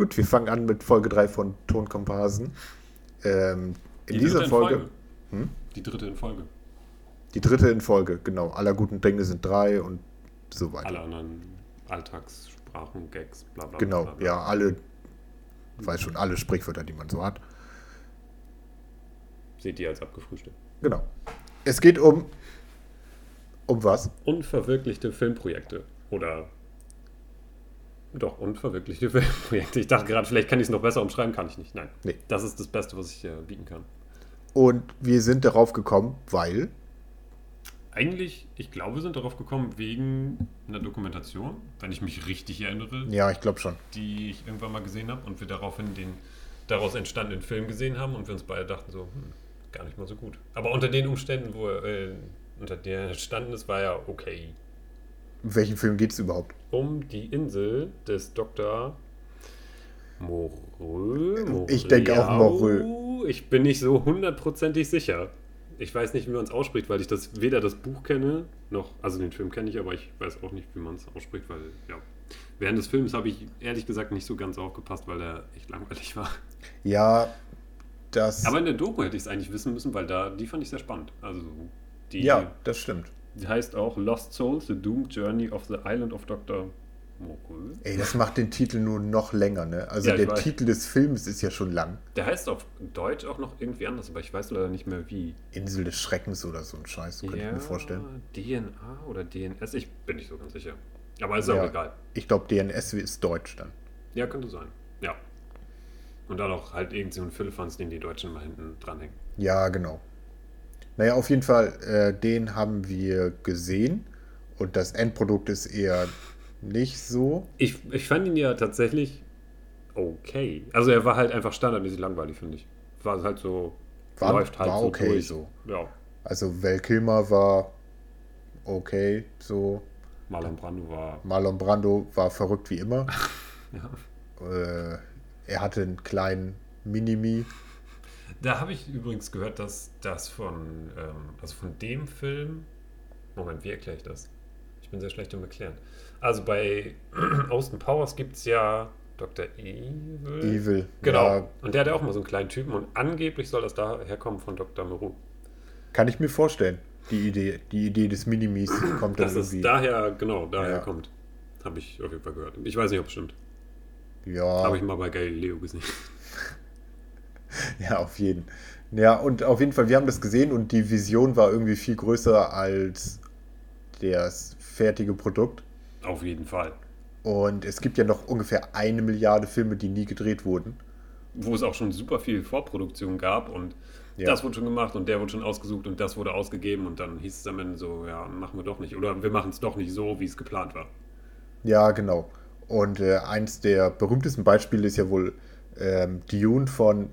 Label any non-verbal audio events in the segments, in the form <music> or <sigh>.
Gut, wir fangen an mit Folge 3 von Tonkomparsen. Ähm, in Die dritte dieser in Folge, Folge. Hm? Die dritte in Folge. die dritte in Folge, genau. Aller guten Dinge sind drei und so weiter. Alle anderen Alltagssprachen, Gags, bla bla Genau, bla. bla. ja, alle, weiß schon, alle Sprichwörter, die man so hat. Seht ihr als abgefrühstückt. Genau. Es geht um, um was? Unverwirklichte Filmprojekte. Oder. Doch, unverwirklichte <laughs> Filmprojekte. Ich dachte gerade, vielleicht kann ich es noch besser umschreiben. Kann ich nicht. Nein. Nee. Das ist das Beste, was ich äh, bieten kann. Und wir sind darauf gekommen, weil, Eigentlich, ich glaube, wir sind darauf gekommen wegen einer Dokumentation, wenn ich mich richtig erinnere, ja, ich glaube schon. die ich irgendwann mal gesehen habe und wir daraufhin den daraus entstandenen Film gesehen haben und wir uns beide dachten so, hm, gar nicht mal so gut. Aber unter den Umständen, wo er äh, unter der entstanden ist, war ja okay. Um welchen Film geht es überhaupt? Um die Insel des Dr. Moreau. Ich denke auch Moreau. Ich bin nicht so hundertprozentig sicher. Ich weiß nicht, wie man es ausspricht, weil ich das weder das Buch kenne, noch, also den Film kenne ich, aber ich weiß auch nicht, wie man es ausspricht, weil, ja. Während des Films habe ich ehrlich gesagt nicht so ganz aufgepasst, weil er echt langweilig war. Ja, das. Aber in der Doku hätte ich es eigentlich wissen müssen, weil da, die fand ich sehr spannend. Also, die ja, das stimmt. die heißt auch Lost Souls, The Doomed Journey of the Island of Dr. Moreau. Ey, das macht den Titel nur noch länger, ne? Also Ja, ich der weiß. Titel des Films ist ja schon lang. Der heißt auf Deutsch auch noch irgendwie anders, aber ich weiß leider nicht mehr wie. Insel des Schreckens oder so ein Scheiß, könnte ich mir vorstellen. DNA oder DNS, ich bin nicht so ganz sicher. Aber ist ja Ja. auch egal. Ich glaube, DNS ist Deutsch dann. Ja, könnte sein. Ja. Und dann auch halt irgend so ein Philippans, den die Deutschen mal hinten dranhängen. Ja, genau. Naja, auf jeden Fall, äh, den haben wir gesehen und das Endprodukt ist eher nicht so. Ich, ich fand ihn ja tatsächlich okay. Also er war halt einfach standardmäßig langweilig, finde ich. War halt so, War- läuft halt war so okay durch. so. Ja, Also Val Kilmer war okay, so. Marlon Brando war, Marlon Brando war verrückt wie <laughs> immer. ja. äh, er hatte einen kleinen Minimi. Da habe ich übrigens gehört, dass das von, ähm, also von dem Film. Moment, wie erkläre ich das? Ich bin sehr schlecht im Erklären. Also bei <clears throat> Austin Powers gibt es ja Dr. Evil. Evil. <laughs> Genau. Ja, Und der hat ja auch mal so einen kleinen Typen und angeblich soll das daherkommen von Dr. Moreau. kann ich mir vorstellen. Die Idee, die Idee des Minimis kommt dann Dass es irgendwie. daher, genau, daher Ja. kommt. Habe ich auf jeden Fall gehört. Ich weiß nicht, ob es stimmt. ja, Ah. Habe ich mal bei Galileo gesehen. <laughs> <laughs> ja, auf jeden. Ja, und auf jeden Fall, wir haben das gesehen und die Vision war irgendwie viel größer als das fertige Produkt. Auf jeden Fall. Und es gibt ja noch ungefähr eine Milliarde Filme, die nie gedreht wurden. wo es auch schon super viel Vorproduktion gab und Ja. das wurde schon gemacht und der wurde schon ausgesucht und das wurde ausgegeben und dann hieß es am Ende so, ja, machen wir doch nicht oder wir machen es doch nicht so, wie es geplant war. Ja, genau. Und äh, eins der berühmtesten Beispiele ist ja wohl ähm, Dune von.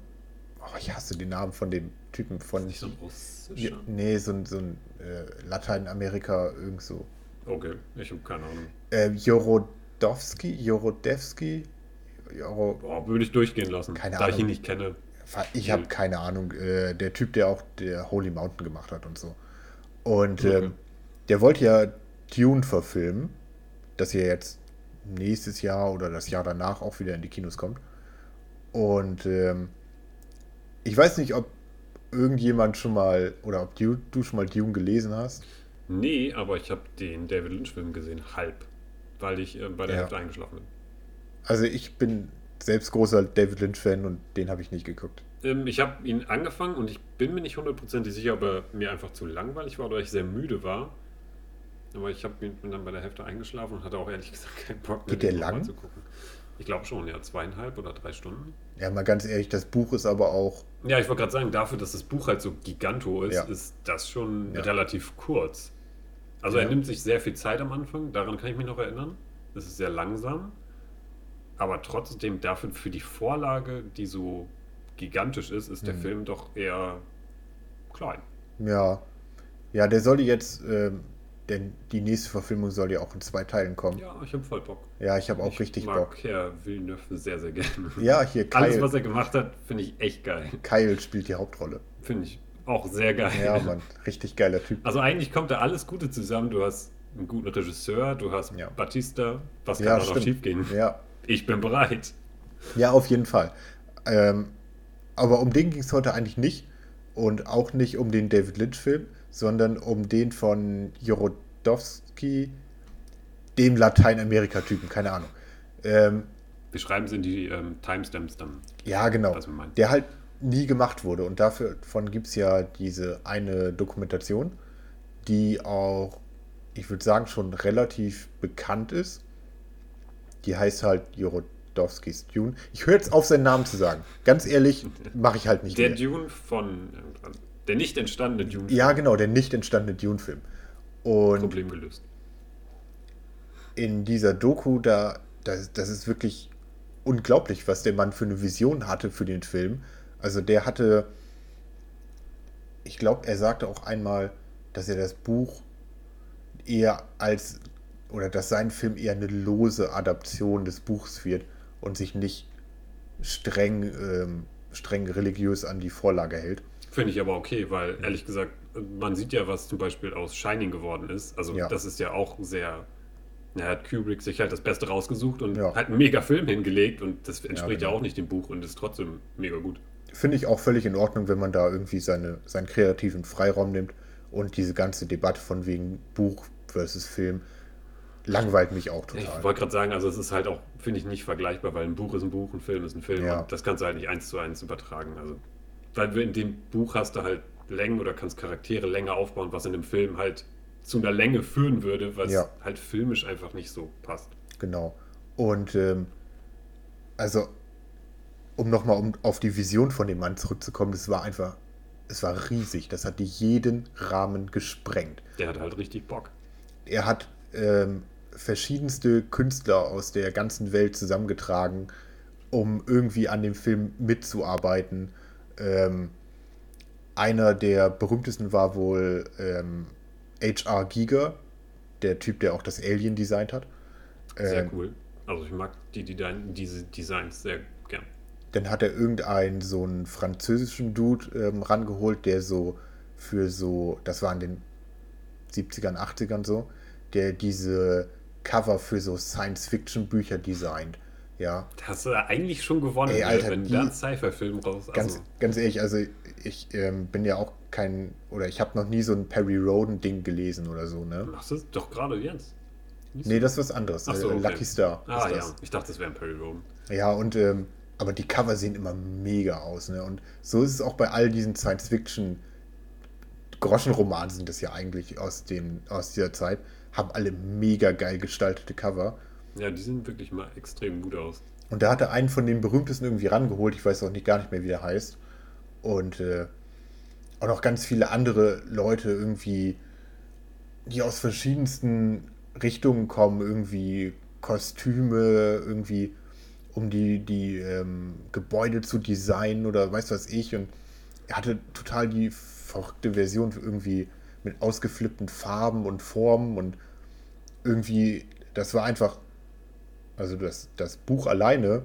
Oh, ich hasse den Namen von dem Typen von. Nicht so russisch. Ja, nee, so ein, so ein äh, Lateinamerika, irgend so. Okay, ich habe keine Ahnung. Äh, Jorodowski, Jorodewski, Joro, Boah, würde ich durchgehen lassen, Keine da ich Ahnung. ihn nicht kenne. ich habe keine Ahnung, äh, der Typ, der auch der Holy Mountain gemacht hat und so. Und Okay. ähm, der wollte ja Dune verfilmen, dass er jetzt nächstes Jahr oder das Jahr danach auch wieder in die Kinos kommt. Und ähm, ich weiß nicht, ob irgendjemand schon mal oder ob du, du schon mal Dune gelesen hast. Nee, aber ich habe den David Lynch Film gesehen, halb, weil ich äh, bei der Ja. Hälfte eingeschlafen bin. Also ich bin selbst großer David Lynch-Fan und den habe ich nicht geguckt. Ähm, ich habe ihn angefangen und ich bin mir nicht hundertprozentig sicher, ob er mir einfach zu langweilig war oder ich sehr müde war. Aber ich hab, bin dann bei der Hälfte eingeschlafen und hatte auch ehrlich gesagt keinen Bock, mir Geht der den nochmal lang? zu gucken. Ich glaube schon, ja, zweieinhalb oder drei Stunden. Ja, mal ganz ehrlich, das Buch ist aber auch, Ja, ich wollte gerade sagen, dafür, dass das Buch halt so giganto ist, Ja. ist das schon Ja. relativ kurz. Also er Ja. nimmt sich sehr viel Zeit am Anfang, daran kann ich mich noch erinnern. Es ist sehr langsam. Aber trotzdem dafür, für die Vorlage, die so gigantisch ist, ist der Mhm. Film doch eher klein. ja, ja, der soll jetzt, ähm, denn die nächste Verfilmung soll ja auch in zwei Teilen kommen. Ja, Ja, ich habe voll Bock. ich habe auch richtig mag Bock. Herr Villeneuve sehr, sehr gerne. Ja, hier Alles, Kyle, was er gemacht hat, finde ich echt geil. Kyle spielt die Hauptrolle. Finde ich auch sehr geil. Ja, Mann, richtig geiler Typ. Also eigentlich kommt da alles Gute zusammen. Du hast einen guten Regisseur, du hast Ja. Batista. Was kann ja, da noch schief gehen? Ja, Ich bin bereit. Ja, auf jeden Fall. Ähm, aber um den ging es heute eigentlich nicht. Und auch nicht um den David Lynch-Film, sondern um den von Jorodowski, dem Lateinamerika-Typen, keine Ahnung. Ähm, Wir schreiben es in die ähm, Timestamps dann. ja, genau. Was wir meinen. Der halt nie gemacht wurde. Und davon gibt es ja diese eine Dokumentation, die auch, ich würde sagen, schon relativ bekannt ist. Die heißt halt Jorodowskis Dune. Ich höre jetzt auf, seinen Namen zu sagen. Ganz ehrlich, mache ich halt nicht Der mehr. Dune von. also Der nicht entstandene Dune. Ja, genau, der nicht entstandene Dune-Film. Und Problem gelöst. in dieser Doku, da, das, das ist wirklich unglaublich, was der Mann für eine Vision hatte für den Film. Also der hatte, ich glaube, er sagte auch einmal, dass er das Buch eher als, oder dass sein Film eher eine lose Adaption des Buchs wird und sich nicht streng, ähm, streng religiös an die Vorlage hält. Finde ich aber okay, weil ehrlich gesagt, man sieht ja, was zum Beispiel aus Shining geworden ist. Also Ja. das ist ja auch sehr. Na, hat Kubrick sich halt das Beste rausgesucht und Ja. hat einen mega Film hingelegt und das entspricht ja, genau. auch nicht dem Buch und ist trotzdem mega gut. finde ich auch völlig in Ordnung, wenn man da irgendwie seine, seinen kreativen Freiraum nimmt und diese ganze Debatte von wegen Buch versus Film langweilt mich auch Ich total. wollte gerade sagen, also es ist halt auch, finde ich, nicht vergleichbar, weil ein Buch ist ein Buch, ein Film ist ein Film Ja. und das kannst du halt nicht eins zu eins übertragen. Also, weil wir in dem Buch hast du halt Längen oder kannst Charaktere länger aufbauen, was in dem Film halt zu einer Länge führen würde, was Ja. halt filmisch einfach nicht so passt. Genau. Und ähm, also, um nochmal um, auf die Vision von dem Mann zurückzukommen, das war einfach, es war riesig. Das hat jeden Rahmen gesprengt. Der hat halt richtig Bock. er hat ähm, verschiedenste Künstler aus der ganzen Welt zusammengetragen, um irgendwie an dem Film mitzuarbeiten. Ähm, einer der berühmtesten war wohl ähm, H.R. Giger, der Typ, der auch das Alien designt hat. Sehr Ähm, cool. Also ich mag die, die dein, diese Designs sehr gern. Dann hat er irgendeinen so einen französischen Dude ähm, rangeholt, der so für so, das war in den 70ern, 80ern so, der diese Cover für so Science-Fiction-Bücher designt. Ja, Da hast du da eigentlich schon gewonnen, Ey, ne? Alter, wenn die- da ein Sci-Fi-Film raus. ganz, also, ganz ehrlich, also ich ähm, bin ja auch kein, oder ich habe noch nie so ein Perry Roden-Ding gelesen oder so, ne? machst du es doch gerade jetzt. Nee, das ist was anderes. Ach so, äh, okay. Lucky Star. Ah ist ja, das. ich dachte, das wäre ein Perry Roden. Ja, und ähm, aber die Cover sehen immer mega aus, ne? Und so ist es auch bei all diesen Science-Fiction Groschenromanen sind das ja eigentlich aus dem aus dieser Zeit, haben alle mega geil gestaltete Cover. Ja, die sehen wirklich mal extrem gut aus. Und da hat er einen von den berühmtesten irgendwie rangeholt, ich weiß auch nicht gar nicht mehr, wie der heißt. Und äh, auch noch ganz viele andere Leute irgendwie, die aus verschiedensten Richtungen kommen, irgendwie Kostüme, irgendwie um die, die ähm, Gebäude zu designen oder weiß was ich. Und er hatte total die verrückte Version irgendwie mit ausgeflippten Farben und Formen und irgendwie, das war einfach, also das, das Buch alleine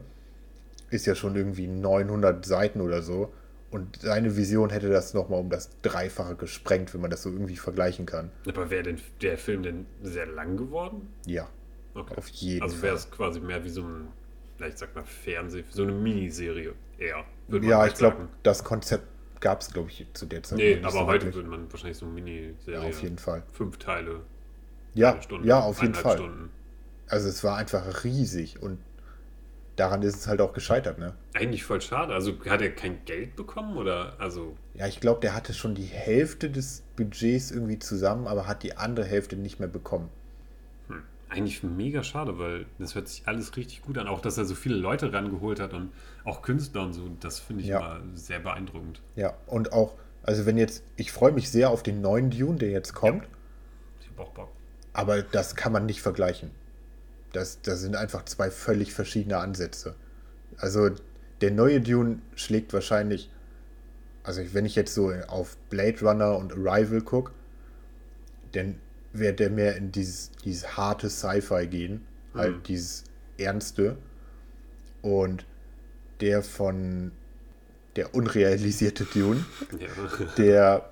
ist ja schon irgendwie 900 Seiten oder so. Und seine Vision hätte das nochmal um das Dreifache gesprengt, wenn man das so irgendwie vergleichen kann. Aber wäre denn der Film denn sehr lang geworden? Ja, Okay. auf jeden Also Fall. wäre es quasi mehr wie so ein, vielleicht sagt man Fernseh, so eine Miniserie eher. würde man Ja, vielleicht ich glaube, sagen. das Konzept gab es, glaube ich, zu der Zeit. noch Nee, nicht aber so heute wirklich. würde man wahrscheinlich so eine Miniserie. Ja, auf jeden Fall. Fünf Teile, Ja, eine Stunde, ja, auf jeden eineinhalb Fall. Stunden. Also es war einfach riesig und daran ist es halt auch gescheitert, ne? Eigentlich voll schade. Also hat er kein Geld bekommen oder also Ja, ich glaube, der hatte schon die Hälfte des Budgets irgendwie zusammen, aber hat die andere Hälfte nicht mehr bekommen. hm, eigentlich mega schade, weil das hört sich alles richtig gut an. Auch dass er so viele Leute rangeholt hat und auch Künstler und so, das finde ich Ja. mal sehr beeindruckend. Ja, und auch, also wenn jetzt, ich freue mich sehr auf den neuen Dune, der jetzt kommt, Ich habe auch Bock. aber das kann man nicht vergleichen. Das, das sind einfach zwei völlig verschiedene Ansätze. Also der neue Dune schlägt wahrscheinlich, also wenn ich jetzt so auf Blade Runner und Arrival gucke, dann wird der mehr in dieses, dieses harte Sci-Fi gehen, halt Mhm. dieses Ernste. Und der von der unrealisierte Dune Ja. der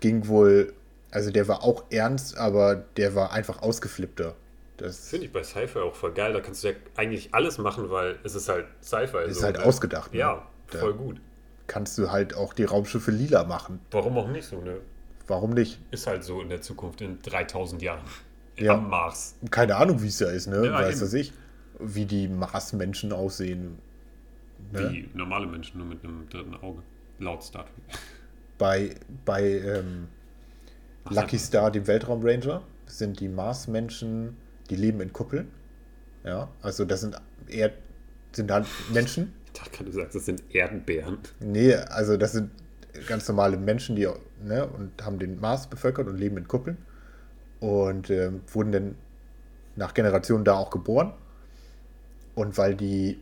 ging wohl, also der war auch ernst, aber der war einfach ausgeflippter. Das <laughs> Finde ich bei Sci-Fi auch voll geil. Da kannst du ja eigentlich alles machen, weil es ist halt Sci-Fi. ist so, halt ne? ausgedacht. Ne? Ja, Da voll gut. kannst du halt auch die Raumschiffe lila machen. Warum auch nicht so, ne? Warum nicht? Ist halt so in der Zukunft, in 3000 Jahren. Ja. Am Mars. Keine Ahnung, wie es da ist, ne? Ja, Weiß eben. das ich. Wie die Marsmenschen aussehen. Ne? Wie normale Menschen, nur mit einem dritten Auge. Laut Star Trek. <laughs> Bei, bei ähm, Lucky Star, dem Weltraumranger, sind die Marsmenschen, die leben in Kuppeln. Ja, also das sind eher sind halt Menschen. Ich dachte gerade, du sagst, das sind Erdenbären. Nee, also das sind ganz normale Menschen, die ne, und haben den Mars bevölkert und leben in Kuppeln und ähm, wurden dann nach Generationen da auch geboren. Und weil die,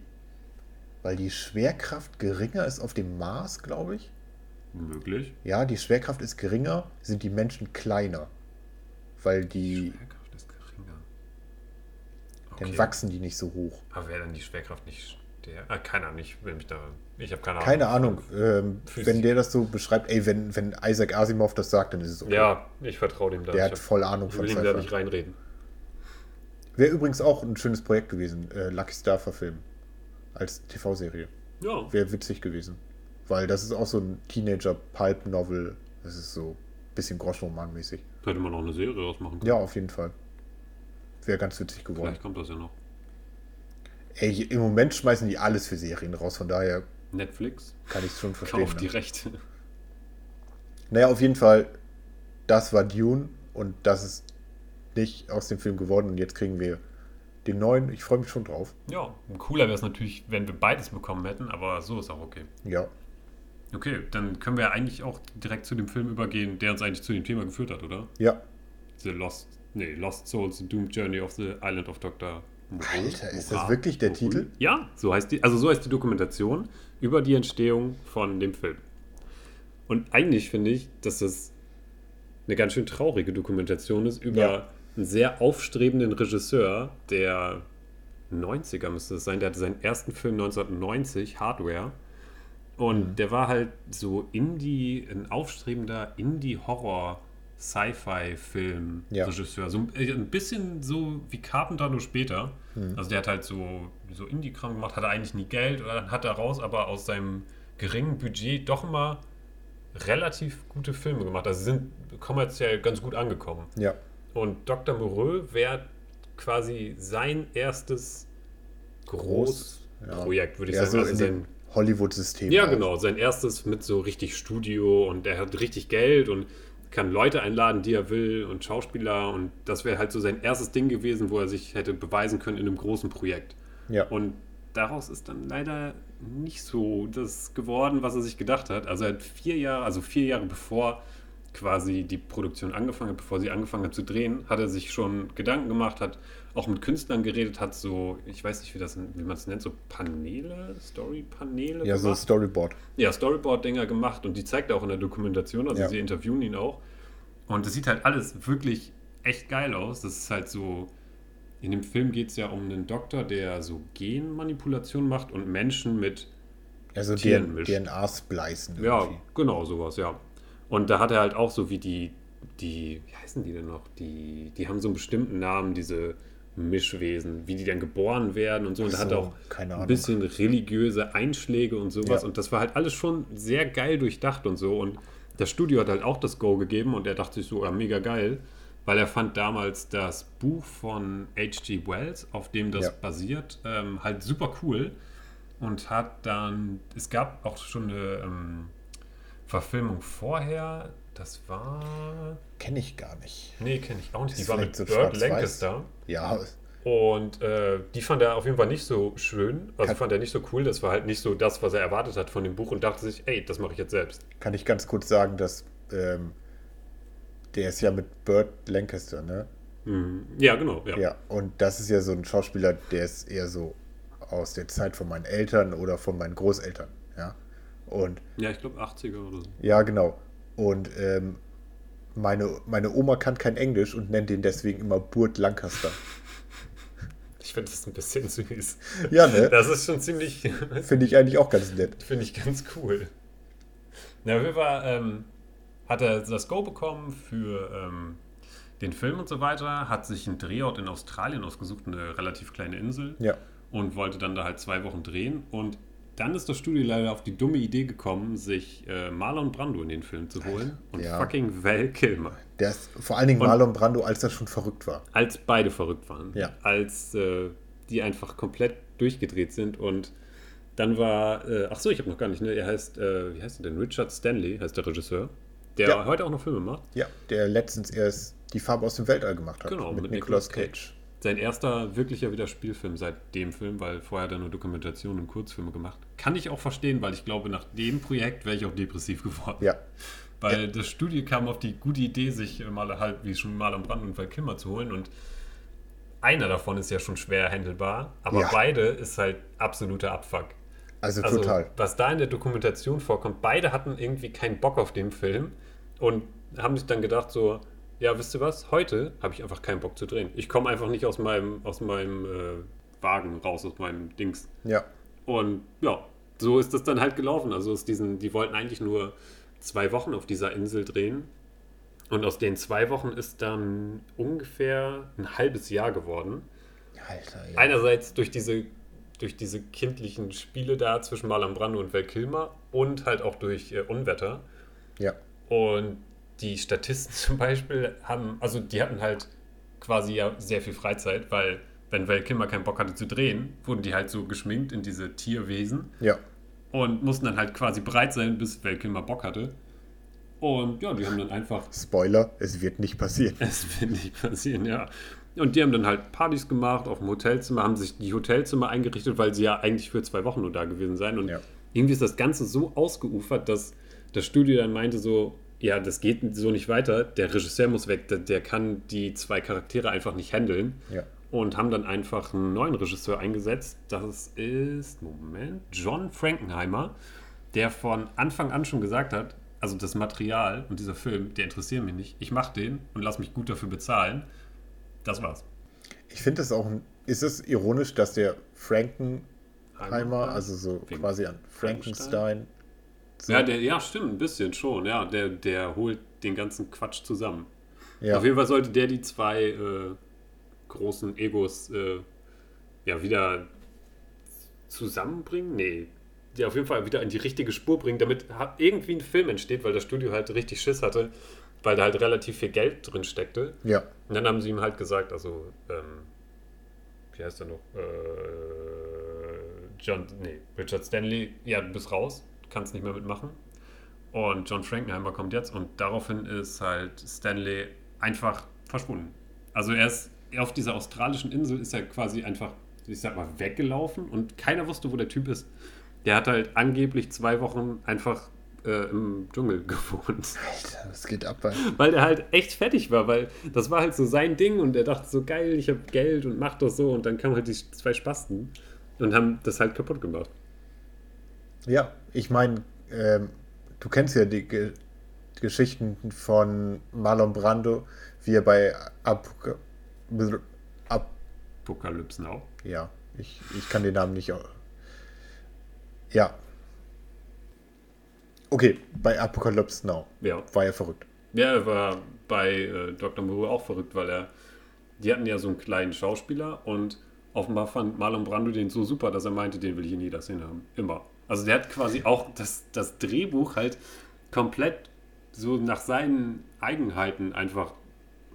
weil die Schwerkraft geringer ist auf dem Mars, glaube ich, Möglich. ja, die Schwerkraft ist geringer, sind die Menschen kleiner. Weil die, Schwerkraft ist geringer. dann wachsen die nicht so hoch. Aber wäre dann die Schwerkraft nicht der? Ah, keine Ahnung, ich will mich da. Ich habe keine Ahnung. Keine Ahnung, ähm, Physik. wenn der das so beschreibt, ey, wenn, wenn Isaac Asimov das sagt, dann ist es okay. Ja, ich vertraue dem da. Der ich hat voll Ahnung ich von will ihm da Sci-Fi. nicht reinreden. Wäre übrigens auch ein schönes Projekt gewesen, äh, Lucky Star verfilmen. Als TV-Serie. Ja, Wäre witzig gewesen. Weil das ist auch so ein Teenager-Pulp-Novel. Das ist so ein bisschen Groschenroman-mäßig. hätte man noch eine Serie draus machen können. Ja, auf jeden Fall. Wäre ganz witzig geworden. Vielleicht kommt das ja noch. Ey, im Moment schmeißen die alles für Serien raus, von daher Netflix kann ich es schon verstehen. kauft die ne? Rechte. Naja, auf jeden Fall, das war Dune und das ist nicht aus dem Film geworden und jetzt kriegen wir den neuen. Ich freue mich schon drauf. Ja, cooler wäre es natürlich, wenn wir beides bekommen hätten, aber so ist auch okay. Ja, Okay, dann können wir ja eigentlich auch direkt zu dem Film übergehen, der uns eigentlich zu dem Thema geführt hat, oder? ja. The Lost, nee, Lost Souls, The Doomed Journey of the Island of Dr. Moreau. Alter, ist das Moreau? wirklich der Moreau? Titel? Ja, so heißt die, also so heißt die Dokumentation über die Entstehung von dem Film. Und eigentlich finde ich, dass das eine ganz schön traurige Dokumentation ist über Ja. einen sehr aufstrebenden Regisseur, der 90er müsste es sein, der hatte seinen ersten Film 1990, Hardware. Und der war halt so Indie, ein aufstrebender Ja. Indie-Horror-Sci-Fi-Film-Regisseur. So ein- äh, ein bisschen so wie Carpenter nur später. Hm. Also der hat halt so, so Indie-Kram gemacht, hatte eigentlich nie Geld und dann hat daraus aber aus seinem geringen Budget doch mal relativ gute Filme gemacht. Also sind kommerziell ganz gut angekommen. Ja, Und Dr. Moreau wäre quasi sein erstes Groß- Großprojekt, würde ich ja sagen. so Also in sein, dem Hollywood-System. ja, halt. genau. Sein erstes mit so richtig Studio und er hat richtig Geld und kann Leute einladen, die er will und Schauspieler. Und das wäre halt so sein erstes Ding gewesen, wo er sich hätte beweisen können in einem großen Projekt. Ja. Und daraus ist dann leider nicht so das geworden, was er sich gedacht hat. Also er hat vier Jahre, also vier Jahre bevor quasi die Produktion angefangen hat, bevor sie angefangen hat zu drehen, hat er sich schon Gedanken gemacht, hat auch mit Künstlern geredet, hat so, ich weiß nicht, wie, das- wie man es nennt, so Paneele, Story-Paneele Ja, so gemacht Storyboard. ja, Storyboard-Dinger gemacht und die zeigt er auch in der Dokumentation, also Ja. sie interviewen ihn auch. Und das sieht halt alles wirklich echt geil aus. Das ist halt so, in dem Film geht es ja um einen Doktor, der so Genmanipulation macht und Menschen mit Also Tieren DN mischt. DNA-Splicen. ja, irgendwie. genau, sowas, ja. Und da hat er halt auch so wie die, die, wie heißen die denn noch? Die, die haben so einen bestimmten Namen, diese Mischwesen, wie die dann geboren werden und so. Und Ach da hat so, er auch keine ein Ahnung. bisschen religiöse Einschläge und sowas. Ja. Und das war halt alles schon sehr geil durchdacht und so. Und das Studio hat halt auch das Go gegeben und er dachte sich so, ja, mega geil. Weil er fand damals das Buch von H.G. Wells, auf dem das Ja. basiert, ähm, halt super cool und hat dann, es gab auch schon eine ähm, Verfilmung vorher, das war, Kenne ich gar nicht. nee, kenne ich auch nicht, die Ist war mit vielleicht so Burt schwarz-weiß. Lancaster Ja, und äh, die fand er auf jeden Fall nicht so schön, also Kann- fand er nicht so cool, das war halt nicht so das, was er erwartet hat von dem Buch und dachte sich, ey, das mache ich jetzt selbst. kann ich ganz kurz sagen, dass ähm, der ist ja mit Burt Lancaster, ne? Ja, genau, ja. Ja, und das ist ja so ein Schauspieler, der ist eher so aus der Zeit von meinen Eltern oder von meinen Großeltern, ja. Und Ja, ich glaube 80er oder so. ja, genau. Und ähm, meine, meine Oma kann kein Englisch und nennt den deswegen immer Burt Lancaster. Ich finde das ein bisschen süß. Ja, ne? <laughs> Das ist schon ziemlich, <laughs> Finde ich eigentlich auch ganz nett. Finde ich ganz cool. Na, auf jeden Fall ähm, hat er das Go bekommen für ähm, den Film und so weiter, hat sich einen Drehort in Australien ausgesucht, eine relativ kleine Insel, Ja. und wollte dann da halt zwei Wochen drehen. Und dann ist das Studio leider auf die dumme Idee gekommen, sich äh, Marlon Brando in den Film zu holen und Ja. fucking Val Kilmer. Der ist vor allen Dingen Und- Marlon Brando, als das schon verrückt war. Als beide verrückt waren. Ja. Als äh, die einfach komplett durchgedreht sind und dann war, äh, ach so, ich habe noch gar nicht, ne? Er heißt, äh, wie heißt er denn? Richard Stanley heißt der Regisseur, der Ja. heute auch noch Filme macht. Ja, der letztens erst die Farbe aus dem Weltall gemacht hat. Genau, mit, Nicolas Cage. Sein erster wirklicher wieder Spielfilm seit dem Film, weil vorher hat er nur Dokumentationen und Kurzfilme gemacht. Kann ich auch verstehen, weil ich glaube, nach dem Projekt wäre ich auch depressiv geworden. Ja, Weil das Studio kam auf die gute Idee, sich äh, mal halt, wie schon mal am Brand und Val Kilmer zu holen. Und einer davon ist ja schon schwer handelbar, aber Ja. beide ist halt absoluter Abfuck. also, Also, total. was da in der Dokumentation vorkommt, beide hatten irgendwie keinen Bock auf den Film und haben sich dann gedacht, so, ja, wisst ihr was, heute habe ich einfach keinen Bock zu drehen. Ich komme einfach nicht aus meinem, aus meinem äh, Wagen raus, aus meinem Dings. Ja, Und ja, so ist das dann halt gelaufen. Also aus diesen, die wollten eigentlich nur zwei Wochen auf dieser Insel drehen. Und aus den zwei Wochen ist dann ungefähr ein halbes Jahr geworden. Alter, ja. Einerseits durch diese, durch diese kindlichen Spiele da zwischen Marlon Brando und Val Kilmer und halt auch durch äh, Unwetter. ja. Und die Statisten <laughs> zum Beispiel haben, also die hatten halt quasi ja sehr viel Freizeit, weil wenn Val Kilmer keinen Bock hatte zu drehen, wurden die halt so geschminkt in diese Tierwesen Ja, und mussten dann halt quasi bereit sein, bis Val Kilmer Bock hatte. Und ja, die haben dann einfach, Spoiler, es wird nicht <laughs> passieren. es wird nicht passieren, ja. Und die haben dann halt Partys gemacht auf dem Hotelzimmer, haben sich die Hotelzimmer eingerichtet, weil sie ja eigentlich für zwei Wochen nur da gewesen sein. Und Ja. irgendwie ist das Ganze so ausgeufert, dass das Studio dann meinte so, ja, das geht so nicht weiter, der Regisseur muss weg, der, der kann die zwei Charaktere einfach nicht handeln. Ja. Und haben dann einfach einen neuen Regisseur eingesetzt. Das ist, Moment, John Frankenheimer, der von Anfang an schon gesagt hat, also das Material und dieser Film, der interessieren mich nicht. Ich mache den und lass mich gut dafür bezahlen. Das war's. Ich finde es auch, ein- ist es ironisch, dass der Frankenheimer, also so Wegen quasi an Frankenstein, so, Ja, der, ja, stimmt, ein bisschen schon. Ja, der, der holt den ganzen Quatsch zusammen. ja, Auf jeden Fall sollte der die zwei äh, großen Egos äh, ja wieder zusammenbringen. Nee, die auf jeden Fall wieder in die richtige Spur bringen, damit ha- irgendwie ein Film entsteht, weil das Studio halt richtig Schiss hatte, weil da halt relativ viel Geld drin steckte. ja, Und dann haben sie ihm halt gesagt, also, ähm, wie heißt er noch? Äh, John, nee, Richard Stanley, ja, du bist raus, kannst nicht mehr mitmachen. Und John Frankenheimer kommt jetzt und daraufhin ist halt Stanley einfach verschwunden. Also er ist auf dieser australischen Insel ist er quasi einfach, ich sag mal, weggelaufen und keiner wusste, wo der Typ ist. Der hat halt angeblich zwei Wochen einfach äh, im Dschungel <laughs> gewohnt. Alter, das geht ab. ey. Weil er halt echt fertig war, weil das war halt so sein Ding und er dachte so, geil, ich habe Geld und mach das so und dann kamen halt die zwei Spasten und haben das halt kaputt gemacht. Ja, ich meine, ähm, du kennst ja die Ge Geschichten von Marlon Brando, wie er bei Ab, Ab Apocalypse Now. ja, ich, ich kann den Namen nicht. au- Ja. Okay, bei Apocalypse Now Ja. war er verrückt. Ja, er war bei äh, Dr. Moreau auch verrückt, weil er, die hatten ja so einen kleinen Schauspieler und offenbar fand Marlon Brando den so super, dass er meinte, den will ich in jeder Szene haben. Immer. Also der hat quasi auch das, das Drehbuch halt komplett so nach seinen Eigenheiten einfach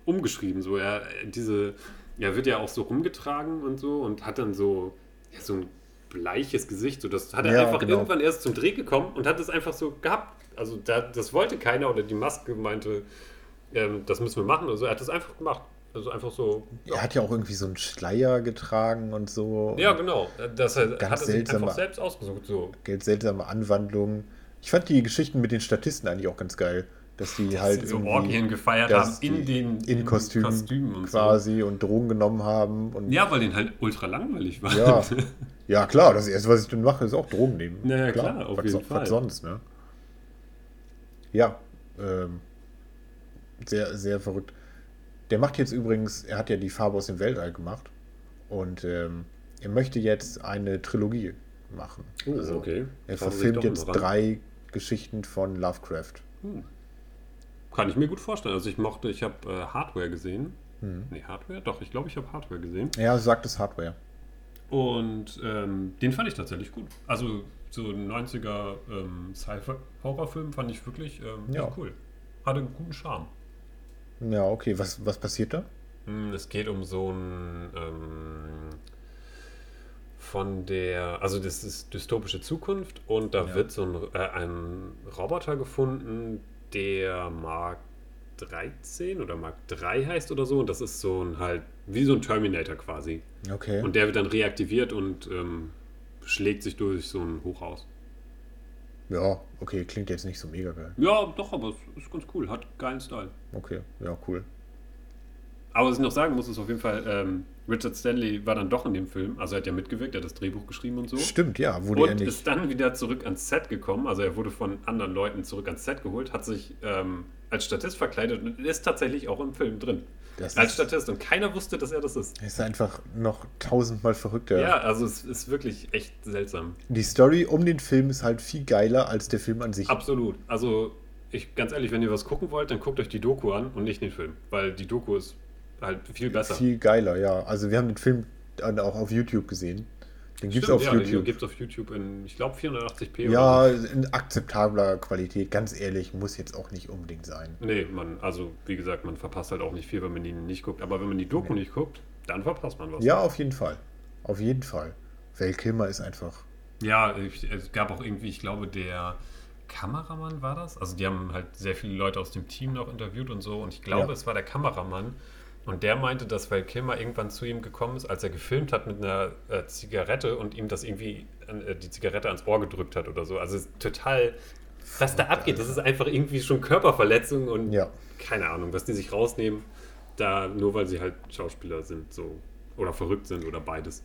umgeschrieben. So er diese, er wird ja auch so rumgetragen und so und hat dann so ja, so ein bleiches Gesicht. So das hat er Ja, einfach genau. irgendwann erst zum Dreh gekommen und hat es einfach so gehabt. Also da, das wollte keiner oder die Maske meinte, ähm, das müssen wir machen. Also er hat es einfach gemacht. Also einfach so. Er hat ja auch irgendwie so einen Schleier getragen und so. Ja, Und genau. Das äh, hat er Ganz sich einfach seltsamer- selbst ausgesucht. So. Geld seltsame Anwandlungen. Ich fand die Geschichten mit den Statisten eigentlich auch ganz geil. Dass die halt. Dass sie so irgendwie- Orgien gefeiert dass haben in die den in Kostümen, Kostümen und quasi und Drogen genommen haben. Und so. Ja, weil den halt ultra langweilig war. <laughs> Ja. Ja, klar, das erste, was ich dann mache, ist auch Drogen nehmen. Na ja, klar, auf was, jeden so- Fall. Was sonst, ne? Ja, ähm, sehr, sehr verrückt. Der macht jetzt übrigens, er hat ja die Farbe aus dem Weltall gemacht und ähm, er möchte jetzt eine Trilogie machen. Also, Oh, okay. Er Trauen sich verfilmt doch jetzt noch ran. drei Geschichten von Lovecraft. Hm. Kann ich mir gut vorstellen. Also ich mochte, ich habe äh, Hardware gesehen. Mhm. Nee, Hardware? Doch, ich glaube, ich habe Hardware gesehen. Ja, sagt es Hardware. Und ähm, den fand ich tatsächlich gut. Also so ein 90er ähm, Sci-Fi-Horrorfilm fand ich wirklich ähm, Ja. echt cool. Hatte einen guten Charme. Ja, okay. Was, was passiert da? Hm, Es geht um so ein ähm, von der, also das ist dystopische Zukunft und da Ja. wird so ein, äh, ein Roboter gefunden, der Mark 13 oder Mark 3 heißt oder so und das ist so ein halt wie so ein Terminator quasi Okay. und der wird dann reaktiviert und ähm, schlägt sich durch so ein Hochhaus. ja, okay. Klingt jetzt nicht so mega geil. Ja, doch, aber es ist ganz cool, hat geilen Style. Okay. Ja, cool. Aber was ich noch sagen muss, ist auf jeden Fall, ähm, Richard Stanley war dann doch in dem Film, also er hat ja mitgewirkt, er hat das Drehbuch geschrieben und so. Stimmt, ja. Wurde er Mhm. Und nicht. ist dann wieder zurück ans Set gekommen. Also er wurde von anderen Leuten zurück ans Set geholt, hat sich ähm, als Statist verkleidet und ist tatsächlich auch im Film drin. Das als ist, Statist. Und keiner wusste, dass er das ist. ist einfach noch tausendmal verrückter. Ja, also es ist wirklich echt seltsam. Die Story um den Film ist halt viel geiler als der Film an sich. Absolut. Also ich ganz ehrlich, wenn ihr was gucken wollt, dann guckt euch die Doku an und nicht den Film. Weil die Doku ist halt viel besser. Viel geiler, ja. Also wir haben den Film dann auch auf YouTube gesehen. Den gibt es auf ja, YouTube. Den gibt's eh auf YouTube in, ich glaube, 480p ja, oder in akzeptabler Qualität, ganz ehrlich, muss jetzt auch nicht unbedingt sein. so. Nee, man, also wie gesagt, man verpasst halt auch nicht viel, wenn man ihn nicht guckt. Aber wenn man die Doku nicht guckt, dann verpasst man was. Ja, auf jeden Fall. Auf jeden Fall. Val Kilmer ist einfach. Ja, ich, es gab auch irgendwie, ich glaube, der Kameramann war das. Also die haben halt sehr viele Leute aus dem Team noch interviewt und so. Und ich glaube, Ja. es war der Kameramann. Und der meinte, dass Val Kilmer irgendwann zu ihm gekommen ist, als er gefilmt hat mit einer äh, Zigarette und ihm das irgendwie an- äh, die Zigarette ans Ohr gedrückt hat oder so. Also es ist total, was da abgeht, das ist einfach irgendwie schon Körperverletzung und Ja. keine Ahnung, was die sich rausnehmen, da nur weil sie halt Schauspieler sind, so oder verrückt sind oder beides.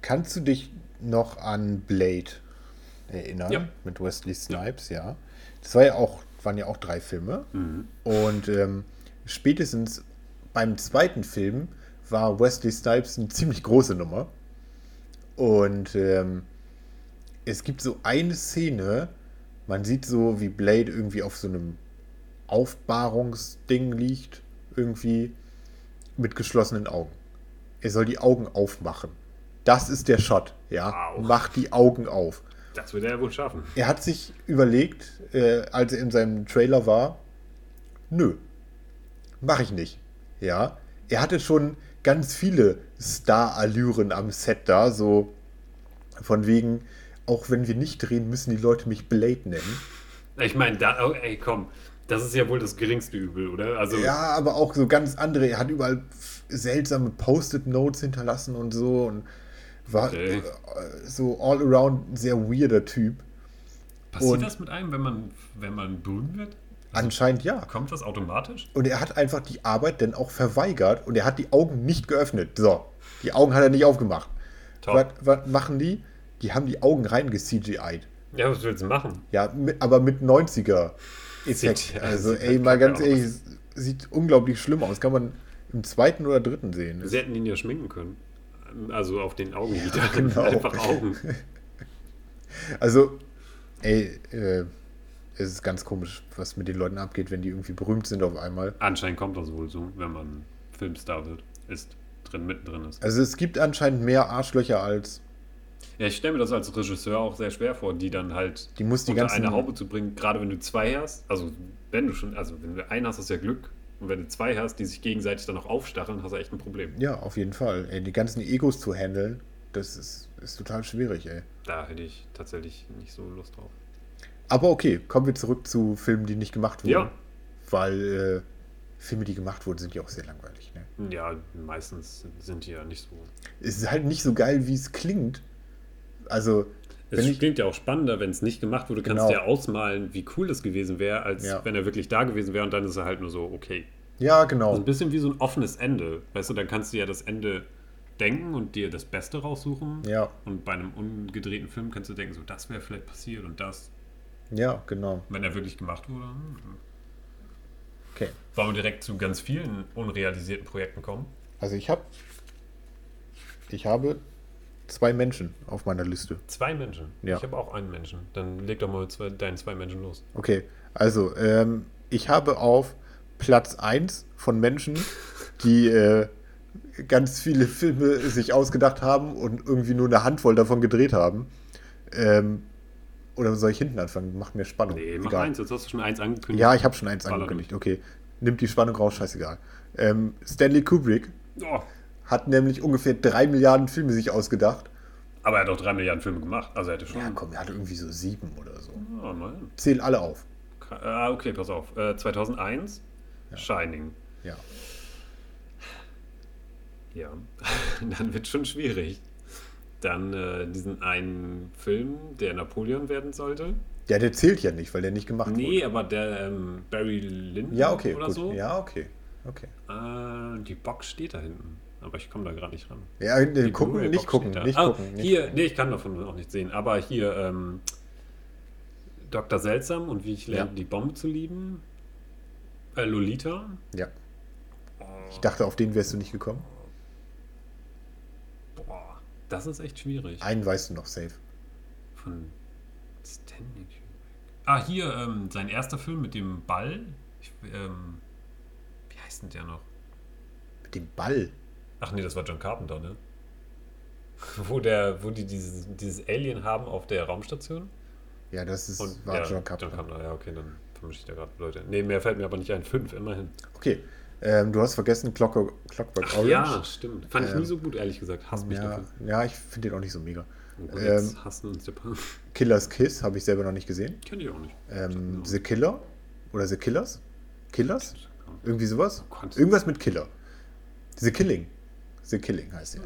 Kannst du dich noch an Blade erinnern? Ja. Mit Wesley Snipes, ja. Das war ja auch, waren ja auch drei Filme. Mhm. Und ähm, spätestens beim zweiten Film war Wesley Snipes eine ziemlich große Nummer. Und ähm, es gibt so eine Szene, man sieht so, wie Blade irgendwie auf so einem Aufbahrungsding liegt, irgendwie mit geschlossenen Augen. Er soll die Augen aufmachen. Das ist der Shot, ja. Wow. Macht die Augen auf. Das wird er ja wohl schaffen. Er hat sich überlegt, äh, als er in seinem Trailer war, nö, mache ich nicht. Ja, er hatte schon ganz viele Star-Allüren am Set da, so von wegen, auch wenn wir nicht drehen, müssen die Leute mich Blade nennen. Ich meine, da, oh, ey, komm, das ist ja wohl das geringste Übel, oder? Also, Ja, aber auch so ganz andere. Er hat überall f- seltsame Post-it-Notes hinterlassen und so und war Okay. äh, so all around sehr weirder Typ. Mhm. passiert und- das mit einem, wenn man, wenn man berühmt wird? Anscheinend ja. Kommt das automatisch? Und er hat einfach die Arbeit dann auch verweigert und er hat die Augen nicht geöffnet. So, die Augen hat er nicht aufgemacht. Top. Was, was machen die? Die haben die Augen rein CGI'd. Ja, was willst du machen? Ja, mit, aber mit 90er-Effekt. Sieht- Also, sieht ey, halt mal ganz kacke aus. ehrlich, es sieht unglaublich schlimm aus. Kann man im zweiten oder dritten sehen. Sie hätten ihn ja schminken können. Also auf den Augen wieder. genau. Einfach Augen. Also, ey, äh, es ist ganz komisch, was mit den Leuten abgeht, wenn die irgendwie berühmt sind auf einmal. Anscheinend kommt das wohl so, wenn man Filmstar wird. Ist drin, mittendrin ist. Also, es gibt anscheinend mehr Arschlöcher als. Ja, ich stelle mir das als Regisseur auch sehr schwer vor, die dann halt Die muss die unter ganzen- eine Haube zu bringen, gerade wenn du zwei hast. Also, wenn du schon, also wenn du einen hast, hast du ja Glück. Und wenn du zwei hast, die sich gegenseitig dann auch aufstacheln, hast du echt ein Problem. Ja, auf jeden Fall. Ey, die ganzen Egos zu handeln, das ist, ist total schwierig, ey. Da hätte ich tatsächlich nicht so Lust drauf. Aber okay, kommen wir zurück zu Filmen, die nicht gemacht wurden. Ja. Weil äh, Filme, die gemacht wurden, sind ja auch sehr langweilig. Ne? Ja, meistens sind die ja nicht so. Es ist halt nicht so geil, wie es klingt. Also, Es wenn ich. klingt ja auch spannender, wenn es nicht gemacht wurde, kannst du Genau. ja ausmalen, wie cool es gewesen wäre, als Ja. wenn er wirklich da gewesen wäre und dann ist er halt nur so, okay. Ja, Also genau. ein bisschen wie so ein offenes Ende. Weißt du, dann kannst du ja das Ende denken und dir das Beste raussuchen. Ja, Und bei einem ungedrehten Film kannst du denken, so das wäre vielleicht passiert und das, ja, genau. wenn er wirklich gemacht wurde. hm. Okay. Wollen wir direkt zu ganz vielen unrealisierten Projekten kommen? Also ich habe ich habe zwei Menschen auf meiner Liste. Zwei Menschen. Ja. Ich habe auch einen Menschen. Dann leg doch mal mit zwei, deinen zwei Menschen los. Okay, also ähm, ich habe auf Platz 1 von Menschen, die äh, ganz viele Filme sich ausgedacht haben und irgendwie nur eine Handvoll davon gedreht haben. Ähm, oder soll ich hinten anfangen? Macht mir Spannung. Nee, mach Egal. eins, jetzt hast du schon eins angekündigt. Ja, ich habe schon eins Baller angekündigt. Okay, nimmt die Spannung raus, scheißegal. Ähm, Stanley Kubrick Oh, hat nämlich ungefähr drei Milliarden Filme sich ausgedacht. aber er hat auch drei Milliarden Filme gemacht. Also er hätte schon. Ja, komm, er hatte irgendwie so sieben oder so. Oh, nein. Zähl alle auf. Ah, okay, pass auf. Äh, 2001, Shining. Ja. Ja, <laughs> dann wird schon schwierig. Dann äh, diesen einen Film, der Napoleon werden sollte. Ja, der zählt ja nicht, weil der nicht gemacht Nee, aber der ähm, Barry Lyndon wurde. Ja, okay, oder gut. so. Ja, okay. Okay. Äh, die Box steht da hinten, aber ich komme da gerade nicht ran. Ja, äh, Die gucken, Blu-ray-Box nicht gucken, steht da. nicht Ah, gucken. Nicht hier, gucken. nee, ich kann davon auch nicht sehen, aber hier ähm, Dr. Seltsam und wie ich lerne, Ja. die Bombe zu lieben. Äh, Lolita. Ja. Ich dachte, auf den wärst du nicht gekommen. Boah, das ist echt schwierig. Einen weißt du noch safe. Von Stanley Kubrick. Ah, hier, ähm, sein erster Film mit dem Ball. Ich, ähm, wie heißt denn der noch? Mit dem Ball. Ach nee, das war John Carpenter, ne? <laughs> Wo, der, wo die dieses, dieses Alien haben auf der Raumstation. Ja, das ist, Und, war ja, John Carpenter. John Carpenter, ja, okay, dann vermische ich da gerade Leute. Nee, mehr fällt mir aber nicht ein. Fünf, immerhin. Okay. Ähm, du hast vergessen Clockwork, Clockwork Orange. Ja, stimmt. Fand ich Ähm, nie so gut, ehrlich gesagt. Hasst mich ja, dafür. ja ich finde den auch nicht so mega. Und ähm, Oh, jetzt hassen uns der <laughs> Pan. Killer's Kiss habe ich selber noch nicht gesehen. Kenne ich auch nicht. Ähm, Genau. The Killer oder The Killers? Killers? Irgendwie sowas? Konntest- Irgendwas mit Killer. The Killing. The Killing heißt er.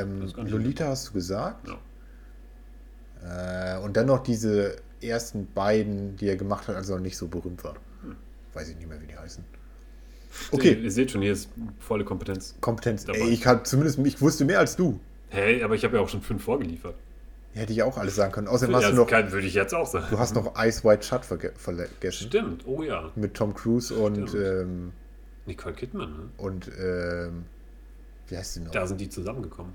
Ähm, Hm. das kann ich Lolita hast du gesagt. Ja. Äh, und dann noch diese ersten beiden, die er gemacht hat, als er noch nicht so berühmt war. Hm. Weiß ich nicht mehr, wie die heißen. Ihr, Okay, ihr seht schon, hier ist volle Kompetenz. Kompetenz. Dabei. Ey, ich habe zumindest, ich wusste mehr als du. Hey, aber ich habe ja auch schon fünf vorgeliefert. Hätte ich auch alles sagen können. Außerdem Ja, hast du noch, kann, würde ich jetzt auch sagen. du hast noch Ice White Shut verge vergessen. Stimmt, oh ja. Mit Tom Cruise und, Stimmt. ähm, Nicole Kidman, ne? und, ähm, wie heißt sie noch? Da sind die zusammengekommen.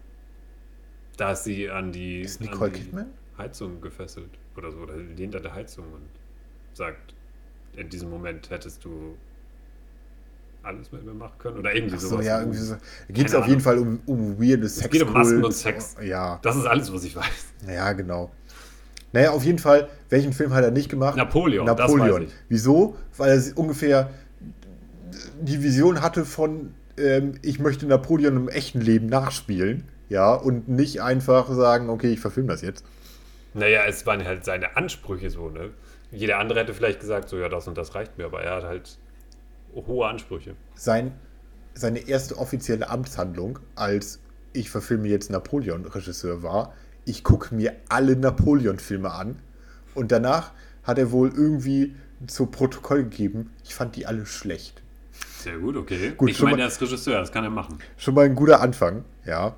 Da ist sie an die, Ist Nicole an die Kidman? Heizung gefesselt oder so. Oder lehnt an der Heizung und sagt, in diesem Moment hättest du alles mit mir machen können. Oder irgendwie Ach so, sowas. ja, irgendwie so. Geht es Keine auf jeden Fall um, um weirde Sex. geht um Masken und Sex. Ja, Das ist alles, was ich weiß. ja, genau. Naja, auf jeden Fall, welchen Film hat er nicht gemacht? Napoleon, das Napoleon. weiß ich. Wieso? Weil er s- ungefähr die Vision hatte von, ähm, ich möchte Napoleon im echten Leben nachspielen. Ja, und nicht einfach sagen, okay, ich verfilme das jetzt. Naja, es waren halt seine Ansprüche so, ne? Jeder andere hätte vielleicht gesagt, so, ja, das und das reicht mir, aber er hat halt hohe Ansprüche. Sein, seine erste offizielle Amtshandlung, als ich verfilme jetzt Napoleon-Regisseur war, ich gucke mir alle Napoleon-Filme an. Und danach hat er wohl irgendwie zu Protokoll gegeben, ich fand die alle schlecht. Sehr gut, okay. Gut, ich schon meine, mal- er ist Regisseur, das kann er machen. Schon mal ein guter Anfang, ja.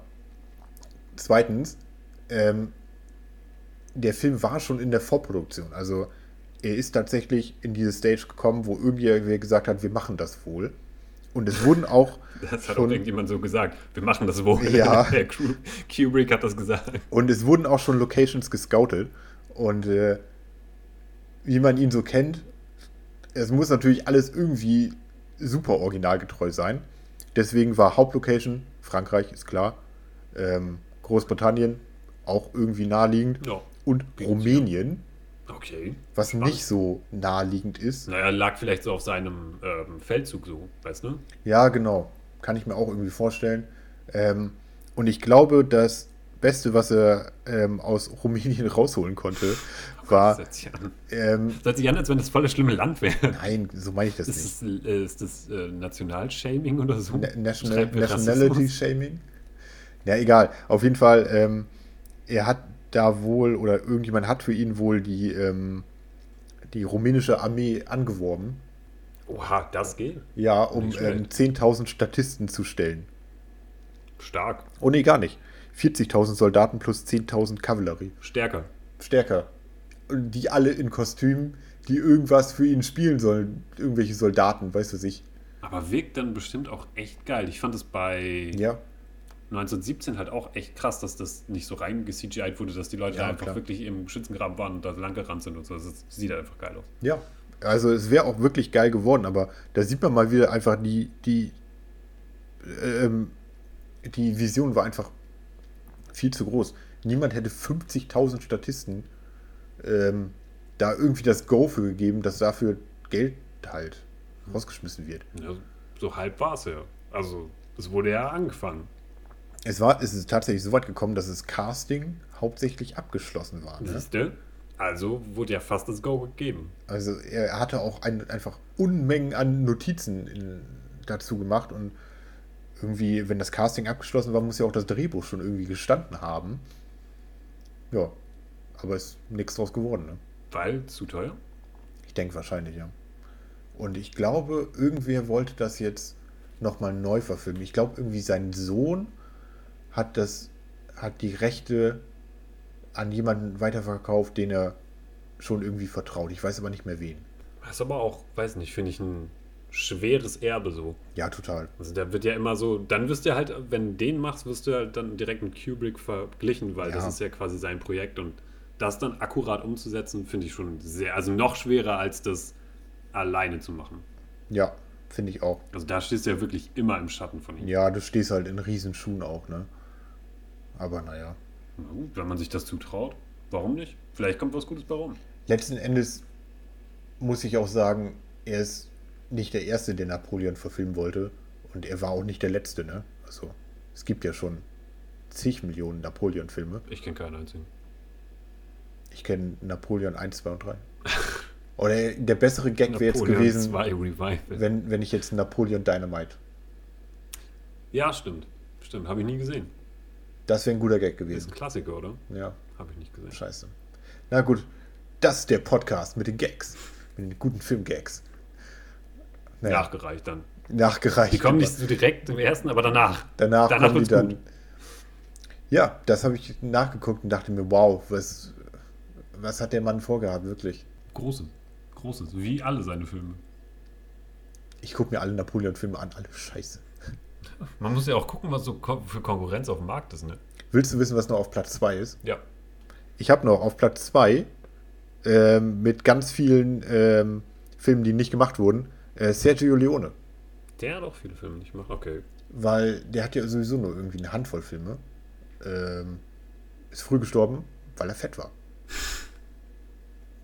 Zweitens, ähm, der Film war schon in der Vorproduktion. Also er ist tatsächlich in diese Stage gekommen, wo irgendwer gesagt hat, wir machen das wohl. Und es wurden auch Das hat auch schon, irgendjemand so gesagt. Wir machen das wohl. Ja. <laughs> Der Kru- Kubrick hat das gesagt. und es wurden auch schon Locations gescoutet. Und äh, wie man ihn so kennt, es muss natürlich alles irgendwie super originalgetreu sein. Deswegen war Hauptlocation Frankreich, ist klar. Ähm, Großbritannien, auch irgendwie naheliegend. Ja. Und Rumänien, Okay. was nicht so naheliegend ist. Naja, lag vielleicht so auf seinem ähm, Feldzug so, weißt du? Ja, genau. Kann ich mir auch irgendwie vorstellen. Ähm, und ich glaube, das Beste, was er ähm, aus Rumänien <laughs> rausholen konnte, Das war. hört sich an. Ähm, Das hört sich an, als wenn das volle schlimme Land wäre. nein, so meine ich das Ist nicht. das, äh, ist das äh, Nationalshaming oder so? Na- National, Schreibt mir Nationality Rassismus? Shaming? Ja, egal. Auf jeden Fall, ähm, er hat da wohl, oder irgendjemand hat für ihn wohl die, ähm, die rumänische Armee angeworben, Oha, das geht. ja, um Nicht schlecht. ähm, 10.000 Statisten zu stellen. Stark. Oh nee, gar nicht. 40.000 Soldaten plus 10.000 Kavallerie. Stärker. Stärker. Und die alle in Kostümen, die irgendwas für ihn spielen sollen. Irgendwelche Soldaten, weißt du sich. Aber wirkt dann bestimmt auch echt geil. Ich fand es bei Ja, 1917 halt auch echt krass, dass das nicht so rein wurde, dass die Leute Ja, einfach klar. wirklich im Schützengraben waren und da lang gerannt sind und so. Das sieht halt einfach geil aus. ja. Also es wäre auch wirklich geil geworden, aber da sieht man mal wieder einfach die, die, ähm, die Vision war einfach viel zu groß. Niemand hätte 50.000 Statisten ähm, da irgendwie das Go für gegeben, dass dafür Geld halt rausgeschmissen wird. Ja, so halb war es ja. Also, es wurde ja angefangen. Es, war, es ist tatsächlich so weit gekommen, dass das Casting hauptsächlich abgeschlossen war. Ne? Siehst du? Also wurde ja fast das Go gegeben. Also er hatte auch ein, einfach Unmengen an Notizen in, dazu gemacht und irgendwie, wenn das Casting abgeschlossen war, muss ja auch das Drehbuch schon irgendwie gestanden haben. Ja, aber ist nichts draus geworden. Ne? Weil zu teuer? Ich denke wahrscheinlich, ja. Und ich glaube, irgendwer wollte das jetzt nochmal neu verfilmen. Ich glaube, irgendwie sein Sohn hat das, hat die Rechte an jemanden weiterverkauft, den er schon irgendwie vertraut. Ich weiß aber nicht mehr wen. Das ist aber auch, weiß nicht, finde ich ein schweres Erbe so. Ja, total. Also da wird ja immer so, dann wirst du halt, wenn du den machst, wirst du halt dann direkt mit Kubrick verglichen, weil Ja. das ist ja quasi sein Projekt und das dann akkurat umzusetzen, finde ich schon sehr, also noch schwerer als das alleine zu machen. Ja, finde ich auch. Also da stehst du ja wirklich immer im Schatten von ihm. Ja, du stehst halt in Riesenschuhen auch, ne? Aber naja. Na gut, wenn man sich das zutraut, warum nicht? Vielleicht kommt was Gutes bei rum. Letzten Endes muss ich auch sagen, er ist nicht der Erste, der Napoleon verfilmen wollte. Und er war auch nicht der Letzte, ne? Also, es gibt ja schon zig Millionen Napoleon-Filme. Ich kenne keinen einzigen. Ich kenne Napoleon 1, 2 und 3. Oder der bessere Gag wäre jetzt gewesen, Zwei Revival. wenn, wenn ich jetzt Napoleon Dynamite. Ja, stimmt. Stimmt, habe ich nie gesehen. Das wäre ein guter Gag Ist gewesen. ein Klassiker, oder? Ja, Habe ich nicht gesehen. scheiße. Na gut, das ist der Podcast mit den Gags. Mit den guten Filmgags. Naja, Nachgereicht dann. nachgereicht. Die kommen nicht so direkt im ersten, aber danach. Danach Danach kommen die wird's dann. gut. Ja, das habe ich nachgeguckt und dachte mir, wow, was, was hat der Mann vorgehabt, wirklich? Große. Große. So wie alle seine Filme. Ich gucke mir alle Napoleon-Filme an, alle scheiße. Man muss ja auch gucken, was so ko- für Konkurrenz auf dem Markt ist, ne? Willst du wissen, was noch auf Platz 2 ist? Ja. Ich habe noch auf Platz 2 ähm, mit ganz vielen ähm, Filmen, die nicht gemacht wurden, äh, Sergio Leone. Der hat auch viele Filme nicht gemacht. Okay. Weil der hat ja sowieso nur irgendwie eine Handvoll Filme. Ähm, ist früh gestorben, weil er fett war.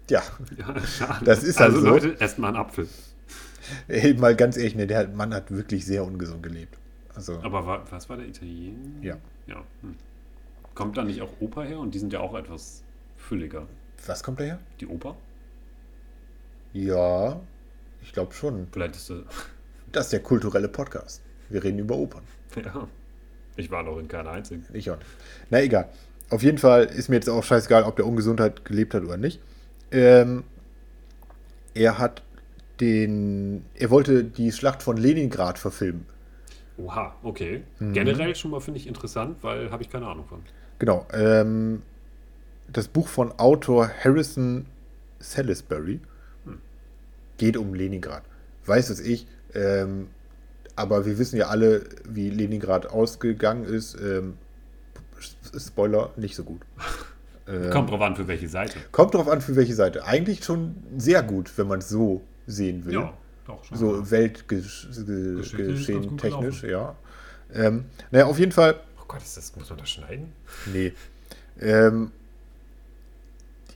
Ja, <laughs> Ja, <laughs> schade. Das ist also halt so. Leute, esst mal einen Apfel. ey, mal ganz ehrlich, ne, der hat- Mann hat wirklich sehr ungesund gelebt. Also, Aber wa- was war der Italiener? ja. Ja. Hm. Kommt da nicht auch Oper her? Und die sind ja auch etwas fülliger. Was kommt daher? Die Oper? Ja, ich glaube schon. Vielleicht ist das. Das ist der kulturelle Podcast. Wir reden über Opern. <laughs> Ja. Ich war noch in keiner einzigen. Ich auch nicht. Na egal. Auf jeden Fall ist mir jetzt auch scheißegal, ob der Ungesundheit gelebt hat oder nicht. Ähm, er hat den. Er wollte die Schlacht von Leningrad verfilmen. Oha, okay. Generell schon mal finde ich interessant, weil habe ich keine Ahnung von. Genau. Ähm, das Buch von Autor Harrison Salisbury geht um Leningrad. Weiß es ich. Ähm, aber wir wissen ja alle, wie Leningrad ausgegangen ist. Ähm, S- Spoiler, nicht so gut. Ähm, Kommt drauf an, für welche Seite. Kommt drauf an, für welche Seite. Eigentlich schon sehr gut, wenn man es so sehen will. Ja, doch schon. So Geschichte ist ganz weltgeschehen gut technisch, ja. Ähm, naja, auf jeden Fall Oh Gott, ist das, muss man das schneiden? Nee. Ähm,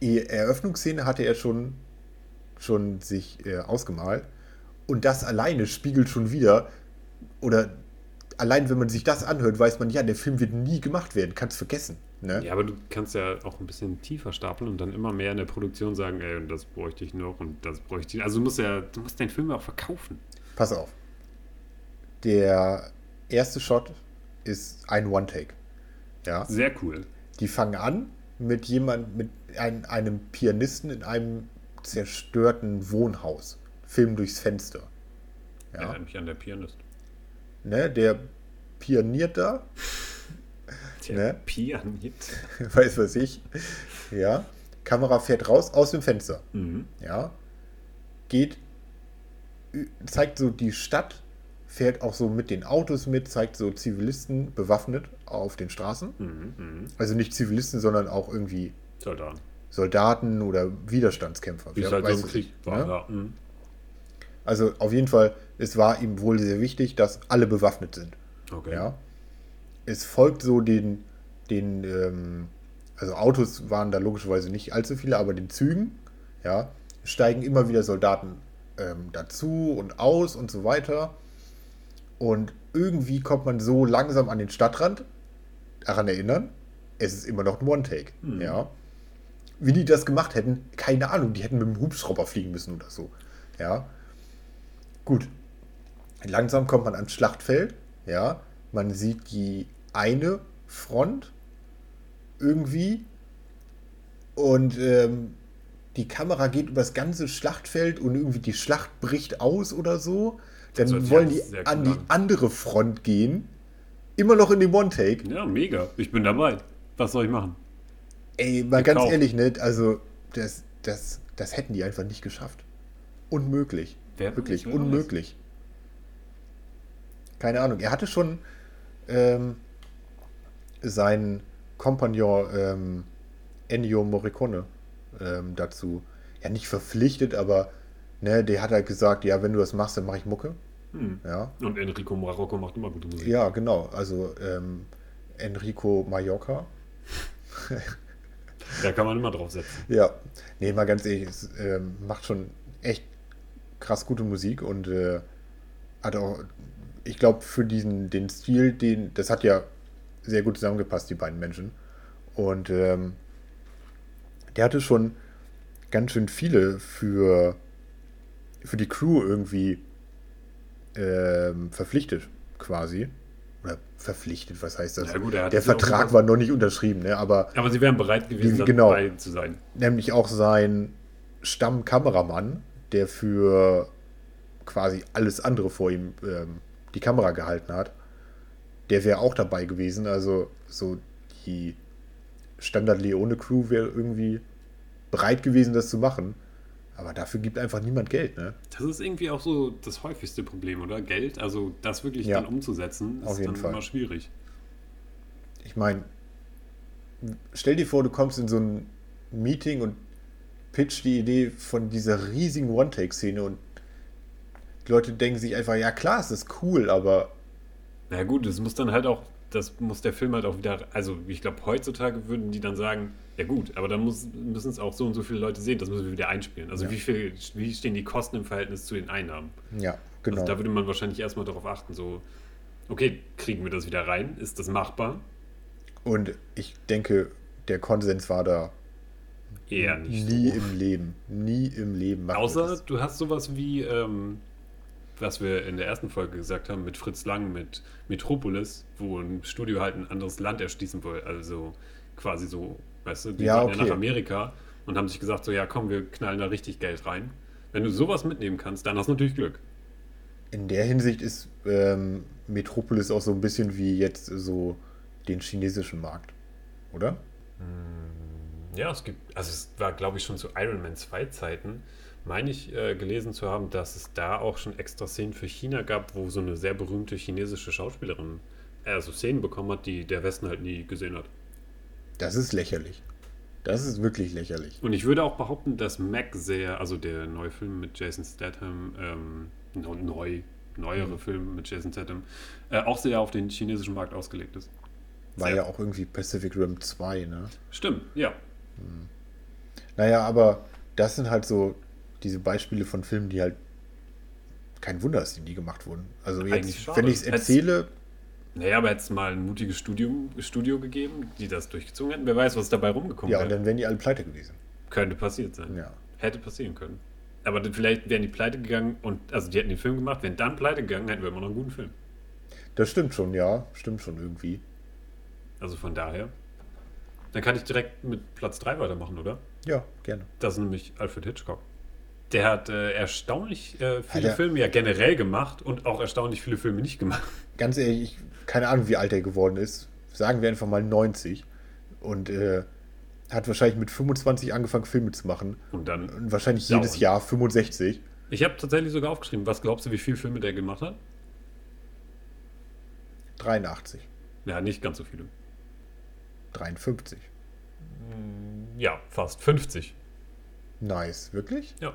die Eröffnungsszene hatte er schon, schon sich äh, ausgemalt. Und das alleine spiegelt schon wieder, oder allein wenn man sich das anhört, weiß man, ja, der Film wird nie gemacht werden. Kannst vergessen. Ne? Ja, aber du kannst ja auch ein bisschen tiefer stapeln und dann immer mehr in der Produktion sagen, ey, und das bräuchte ich noch und das bräuchte ich. Also du musst ja, du musst deinen Film auch verkaufen. Pass auf. Der erste Shot ist ein One-Take. Ja. Sehr cool. Die fangen an mit jemand, mit ein, einem Pianisten in einem zerstörten Wohnhaus. Film durchs Fenster. Ja. Erinnert mich an der Pianist. Ne, der pioniert da, <laughs> Der Ne? Pianist. weiß was ich. Ja. Kamera fährt raus aus dem Fenster. Mhm. Ja. Geht, ü- zeigt so die Stadt, fährt auch so mit den Autos mit, zeigt so Zivilisten bewaffnet auf den Straßen. Mhm. Mhm. Also nicht Zivilisten, sondern auch irgendwie Soldaten. Soldaten oder Widerstandskämpfer. Wie Wer es halt weiß so im es Krieg nicht, war. ne? Ja. Mhm. Also auf jeden Fall, es war ihm wohl sehr wichtig, dass alle bewaffnet sind. Okay. Ja. Es folgt so den, den ähm, also Autos waren da logischerweise nicht allzu viele, aber den Zügen, ja, steigen immer wieder Soldaten ähm, dazu und aus und so weiter. Und irgendwie kommt man so langsam an den Stadtrand, daran erinnern, es ist immer noch ein One-Take, Mhm. ja. Wie die das gemacht hätten, keine Ahnung, die hätten mit dem Hubschrauber fliegen müssen oder so, ja. Gut, Langsam kommt man ans Schlachtfeld, ja. Man sieht die eine Front irgendwie und ähm, die Kamera geht übers ganze Schlachtfeld und irgendwie die Schlacht bricht aus oder so. Dann Das hört sich wollen die alles sehr cool an die an. andere Front gehen. Immer noch in dem One-Take. ja, mega. Ich bin dabei. Was soll ich machen? Ey, mal ganz Gekauft. ehrlich, ne? Also, das, das, das hätten die einfach nicht geschafft. Unmöglich. Wer Wirklich weiß, wer weiß. unmöglich. Keine Ahnung. Er hatte schon ähm, seinen Kompagnon ähm, Ennio Morricone ähm, dazu. Ja, nicht verpflichtet, aber ne, der hat halt gesagt, ja, wenn du das machst, dann mache ich Mucke. Hm. Ja, Und Enrico Marocco macht immer gute Musik. ja genau. Also ähm, Enrico Mallorca. Da kann man immer draufsetzen. Ja, nee, mal ganz ehrlich, es ähm, macht schon echt krass gute Musik und äh, hat auch, ich glaube, für diesen, den Stil, den, das hat ja sehr gut zusammengepasst, die beiden Menschen. Und ähm, der hatte schon ganz schön viele für, für die Crew irgendwie ähm, verpflichtet, quasi. Oder verpflichtet, was heißt das? Na gut, er hat Der es ja auch Vertrag gemacht. war noch nicht unterschrieben, ne? aber Aber sie wären bereit gewesen, Die- genau. dabei zu sein. nämlich auch sein Stammkameramann, der für quasi alles andere vor ihm ähm, die Kamera gehalten hat. Der wäre auch dabei gewesen. Also so die Standard-Leone-Crew wäre irgendwie bereit gewesen, das zu machen. Aber dafür gibt einfach niemand Geld, ne? Das ist irgendwie auch so das häufigste Problem, oder? Geld, also das wirklich Ja. dann umzusetzen, ist Auf jeden dann Fall. immer schwierig. Ich meine, stell dir vor, du kommst in so ein Meeting und pitch die Idee von dieser riesigen One-Take-Szene und die Leute denken sich einfach, ja klar, es ist cool, aber Na gut, das muss dann halt auch, das muss der Film halt auch wieder, also ich glaube, heutzutage würden die dann sagen, ja gut, aber dann muss- müssen es auch so und so viele Leute sehen, das müssen wir wieder einspielen. Also Ja. wie viel, wie stehen die Kosten im Verhältnis zu den Einnahmen? ja, genau. Also da würde man wahrscheinlich erstmal darauf achten, so, okay, kriegen wir das wieder rein? Ist das machbar? und ich denke, der Konsens war da Eher nicht. nie so. im Leben, nie im Leben. machen wir Außer das. du hast sowas wie, ähm, was wir in der ersten Folge gesagt haben, mit Fritz Lang, mit Metropolis, wo ein Studio halt ein anderes Land erschließen will. Also quasi so, weißt du, die Ja, wollten okay. ja nach Amerika und haben sich gesagt, so ja komm, wir knallen da richtig Geld rein. Wenn du sowas mitnehmen kannst, dann hast du natürlich Glück. In der Hinsicht ist ähm, Metropolis auch so ein bisschen wie jetzt so den chinesischen Markt, oder? Ja, es gibt, also es war, glaube ich, schon zu Iron Man 2 Zeiten, meine ich, äh, gelesen zu haben, dass es da auch schon extra Szenen für China gab, wo so eine sehr berühmte chinesische Schauspielerin äh, so Szenen bekommen hat, die der Westen halt nie gesehen hat. Das ist lächerlich. Das ist wirklich lächerlich. Und ich würde auch behaupten, dass Mac sehr, also der neue Film mit Jason Statham, ähm, no- neu, neuere Mhm. Film mit Jason Statham, äh, auch sehr auf den chinesischen Markt ausgelegt ist. War Sehr. ja auch irgendwie Pacific Rim 2, ne? Stimmt, ja. Naja, aber das sind halt so diese Beispiele von Filmen, die halt kein Wunder, dass die nie gemacht wurden. Also Eigentlich jetzt, schade. wenn ich es erzähle, Naja, aber hätte es mal ein mutiges Studium, Studio gegeben, die das durchgezogen hätten, wer weiß, was dabei rumgekommen ja, und wäre. dann wären die alle pleite gewesen. Könnte passiert sein. Ja. Hätte passieren können. Aber dann vielleicht wären die pleite gegangen und, also die hätten den Film gemacht, wären dann pleite gegangen, hätten wir immer noch einen guten Film. Das stimmt schon, ja. Stimmt schon irgendwie. Also von daher. Dann kann ich direkt mit Platz 3 weitermachen, oder? Ja, gerne. Das ist nämlich Alfred Hitchcock. Der hat äh, erstaunlich äh, viele Alter. Filme ja generell gemacht und auch erstaunlich viele Filme nicht gemacht. <laughs> Ganz ehrlich, ich, keine Ahnung, wie alt er geworden ist. Sagen wir einfach mal 90. Und äh, hat wahrscheinlich mit 25 angefangen, Filme zu machen. Und dann. Und wahrscheinlich Dauernd. jedes Jahr 65. Ich habe tatsächlich sogar aufgeschrieben, was glaubst du, wie viele Filme der gemacht hat? 83. Ja, nicht ganz so viele. 53. ja, fast 50. Nice, wirklich? Ja.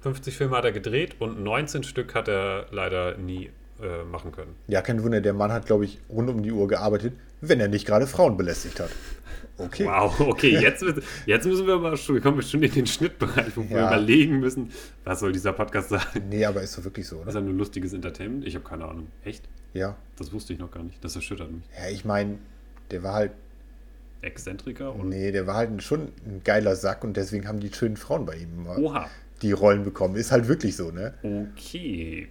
50 Filme hat er gedreht und 19 Stück hat er leider nie äh, machen können. Ja, kein Wunder, der Mann hat, glaube ich, rund um die Uhr gearbeitet, wenn er nicht gerade Frauen belästigt hat. Okay. Wow, okay, jetzt, wird- jetzt müssen wir mal schon, wir kommen bestimmt in den Schnittbereich, wo wir Ja. überlegen müssen, was soll dieser Podcast sagen. Nee, aber ist doch wirklich so, Ist oder? das ein lustiges Entertainment? Ich habe keine Ahnung. Echt? Ja. Das wusste ich noch gar nicht. Das erschüttert mich. Ja, ich meine, der war halt, Exzentriker und nee, der war halt schon ein geiler Sack und deswegen haben die schönen Frauen bei ihm immer Oha. die Rollen bekommen. Ist halt wirklich so, ne? Okay.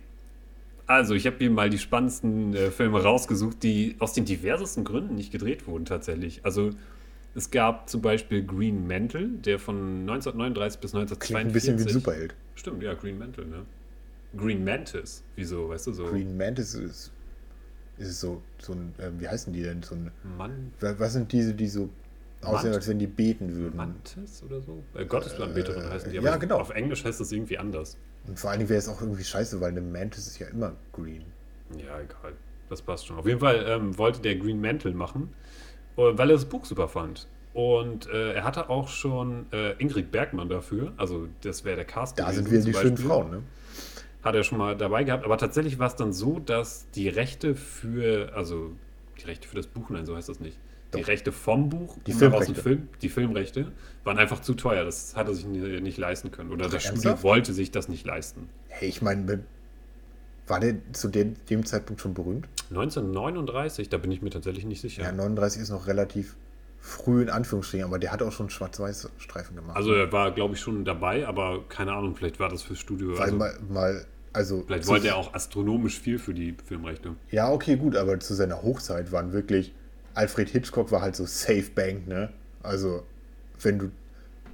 Also, ich habe mir mal die spannendsten äh, Filme rausgesucht, die aus den diversesten Gründen nicht gedreht wurden, tatsächlich. Also, es gab zum Beispiel Green Mantle, der von 1939 bis Klingt 1942. ein bisschen wie ein Superheld. Stimmt, ja, Green Mantle, ne? Green Mantis. Wieso, weißt du, so. Green Mantis ist, ist so, so ein, ähm, wie heißen die denn? So ein, Man wa- was sind diese, die so aussehen, Mant- als wenn die beten würden? Mantis oder so? Äh, Gottesanbeterin heißen die, ja, genau. auf Englisch heißt das irgendwie anders. Und vor allen Dingen wäre es auch irgendwie scheiße, weil eine Mantis ist ja immer green. Ja, egal. Das passt schon. Auf jeden Fall ähm, wollte der Green Mantle machen, äh, weil er das Buch super fand. Und äh, er hatte auch schon äh, Ingrid Bergmann dafür. Also, das wäre der Cast. Da gewesen sind wir zum die schönen Beispiel. Frauen, ne? Hat er schon mal dabei gehabt. Aber tatsächlich war es dann so, dass die Rechte für, also die Rechte für das Buch, nein, so heißt das nicht. Die Doch. Rechte vom Buch, Die um daraus einen Filmrechte. Film, die Filmrechte, waren einfach zu teuer. Das hat er sich ni- nicht leisten können. Oder das Studio ernsthaft? wollte sich das nicht leisten. Hey, ich meine, war der zu dem, dem Zeitpunkt schon berühmt? 1939, da bin ich mir tatsächlich nicht sicher. Ja. 39 ist noch relativ früh in Anführungsstrichen, aber der hat auch schon Schwarz-Weiß-Streifen gemacht. Also er war, glaube ich, schon dabei, aber keine Ahnung, vielleicht war das fürs Studio. Weil Also, mal, mal, also vielleicht zu- wollte er auch astronomisch viel für die Filmrechte. Ja, okay, gut, aber zu seiner Hochzeit waren wirklich. Alfred Hitchcock war halt so Safe Bank, ne? Also, wenn du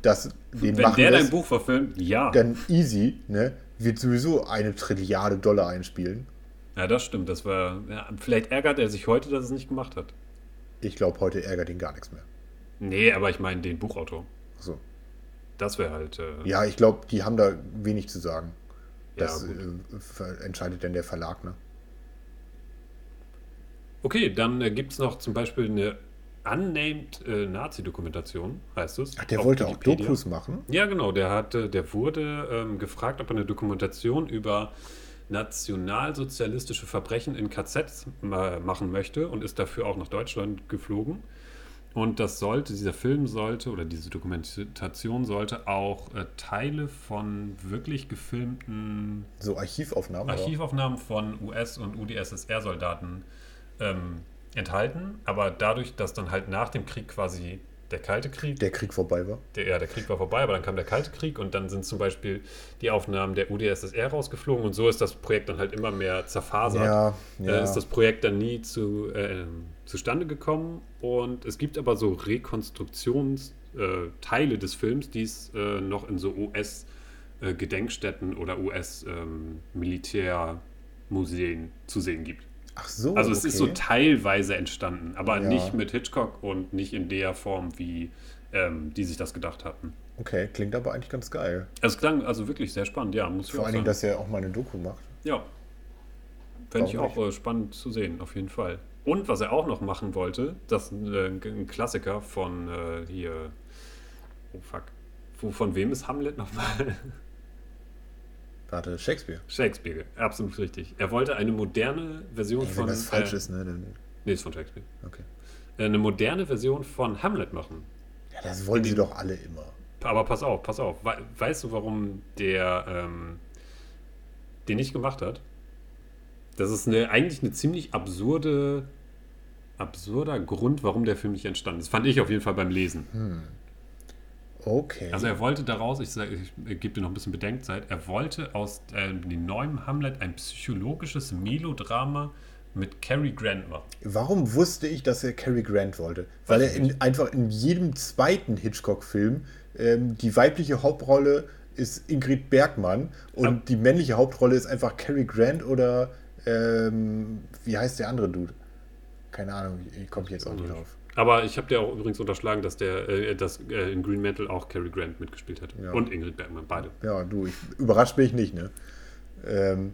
das den Wenn machen der dein lässt, Buch verfilmt, ja. dann easy, ne? Wird sowieso eine Trilliarde Dollar einspielen. Ja, das stimmt. Das war. Ja, vielleicht ärgert er sich heute, dass er es nicht gemacht hat. Ich glaube, heute ärgert ihn gar nichts mehr. Nee, aber ich meine den Buchautor. So. Das wäre halt. Äh, Ja, ich glaube, die haben da wenig zu sagen. Ja, Das gut. äh, ver- entscheidet dann der Verlag, ne? Okay, dann äh, gibt es noch zum Beispiel eine unnamed äh, Nazi-Dokumentation, heißt es. Ach, der auf wollte auch Wikipedia. Dokus machen. Ja, genau. Der hatte, der wurde ähm, gefragt, ob er eine Dokumentation über nationalsozialistische Verbrechen in KZs ma- machen möchte und ist dafür auch nach Deutschland geflogen. Und das sollte, dieser Film sollte oder diese Dokumentation sollte auch äh, Teile von wirklich gefilmten So Archivaufnahmen. oder? Archivaufnahmen von US- und UdSSR-Soldaten ähm, enthalten. Aber dadurch, dass dann halt nach dem Krieg quasi der Kalte Krieg Der Krieg vorbei war. der, ja, der Krieg war vorbei, aber dann kam der Kalte Krieg und dann sind zum Beispiel die Aufnahmen der UdSSR rausgeflogen und so ist das Projekt dann halt immer mehr zerfasert. Ja, ja. Äh, ist das Projekt dann nie zu, äh, ähm, zustande gekommen und es gibt aber so Rekonstruktionsteile äh, Teile des Films, die es äh, noch in so US-Gedenkstätten oder US-Militärmuseen zu sehen gibt. Ach so. Also es okay. ist so teilweise entstanden, aber Ja. nicht mit Hitchcock und nicht in der Form, wie ähm, die sich das gedacht hatten. Okay, klingt aber eigentlich ganz geil. Es klang also wirklich sehr spannend, ja, muss ich Vor auch allen Dingen, sagen. dass er auch mal eine Doku macht. ja. Fände ich Warum auch äh, spannend zu sehen, auf jeden Fall. Und was er auch noch machen wollte, das ist äh, ein Klassiker von äh, hier. Oh fuck. Wo, von wem ist Hamlet nochmal? Warte, Shakespeare. <laughs> Shakespeare, absolut richtig. Er wollte eine moderne Version Ey, von. wenn das falsch äh, ist, ne? Dann, Nee, ist von Shakespeare. okay. Eine moderne Version von Hamlet machen. Ja, das wollen sie doch alle immer. Aber pass auf, pass auf. We weißt du, warum der ähm, den nicht gemacht hat? Das ist eine, eigentlich eine ziemlich absurde, absurder Grund, warum der Film nicht entstanden ist. Fand ich auf jeden Fall beim Lesen. Okay. Also er wollte daraus, ich, sag- ich gebe dir noch ein bisschen Bedenkzeit, er wollte aus äh, dem neuen Hamlet ein psychologisches Melodrama mit Cary Grant machen. Warum wusste ich, dass er Cary Grant wollte? Weil er in, einfach in jedem zweiten Hitchcock-Film ähm, die weibliche Hauptrolle ist Ingrid Bergmann und Ab- die männliche Hauptrolle ist einfach Cary Grant oder ähm, wie heißt der andere Dude? Keine Ahnung, ich komme jetzt auch nicht drauf. Aber ich habe dir auch übrigens unterschlagen, dass der, äh, dass äh, in Green Mantle auch Cary Grant mitgespielt hat. Ja. Und Ingrid Bergmann, beide. Ja, du, ich, überrascht bin ich nicht, ne? Ähm,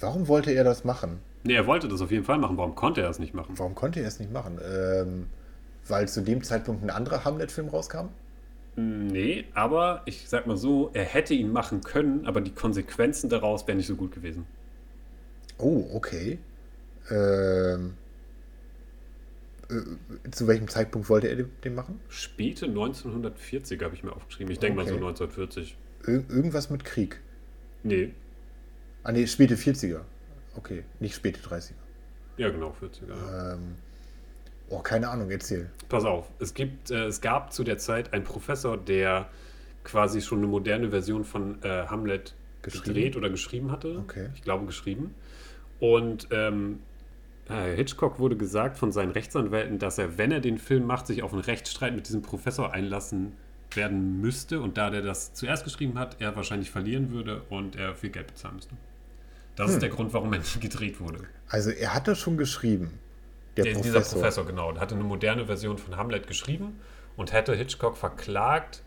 warum wollte er das machen? Nee, er wollte das auf jeden Fall machen. Warum konnte er das nicht machen? Warum konnte er es nicht machen? Ähm, weil zu dem Zeitpunkt ein anderer Hamlet-Film rauskam? Nee, aber ich sag mal so, er hätte ihn machen können, aber die Konsequenzen daraus wären nicht so gut gewesen. Oh, okay. Ähm, äh, zu welchem Zeitpunkt wollte er den, den machen? Späte 1940 habe ich mir aufgeschrieben. Ich denke Okay. mal so 1940. Ir irgendwas mit Krieg. Nee, Ah ne, späte 40er. Okay, nicht späte 30er. ja genau, 40er. ja. Ähm, oh, keine Ahnung, erzähl. Pass auf, es gibt, äh, es gab zu der Zeit einen Professor, der quasi schon eine moderne Version von äh, Hamlet Geschrieben? gedreht oder geschrieben hatte. Okay. Ich glaube geschrieben. Und ähm, äh, Hitchcock wurde gesagt von seinen Rechtsanwälten, dass er, wenn er den Film macht, sich auf einen Rechtsstreit mit diesem Professor einlassen werden müsste. Und da der das zuerst geschrieben hat, er wahrscheinlich verlieren würde und er viel Geld bezahlen müsste. Das Hm. ist der Grund, warum er <laughs> nicht gedreht wurde. Also, er hat das schon geschrieben. Der, Der, Professor. Dieser Professor, genau, der hatte eine moderne Version von Hamlet geschrieben und hätte Hitchcock verklagt,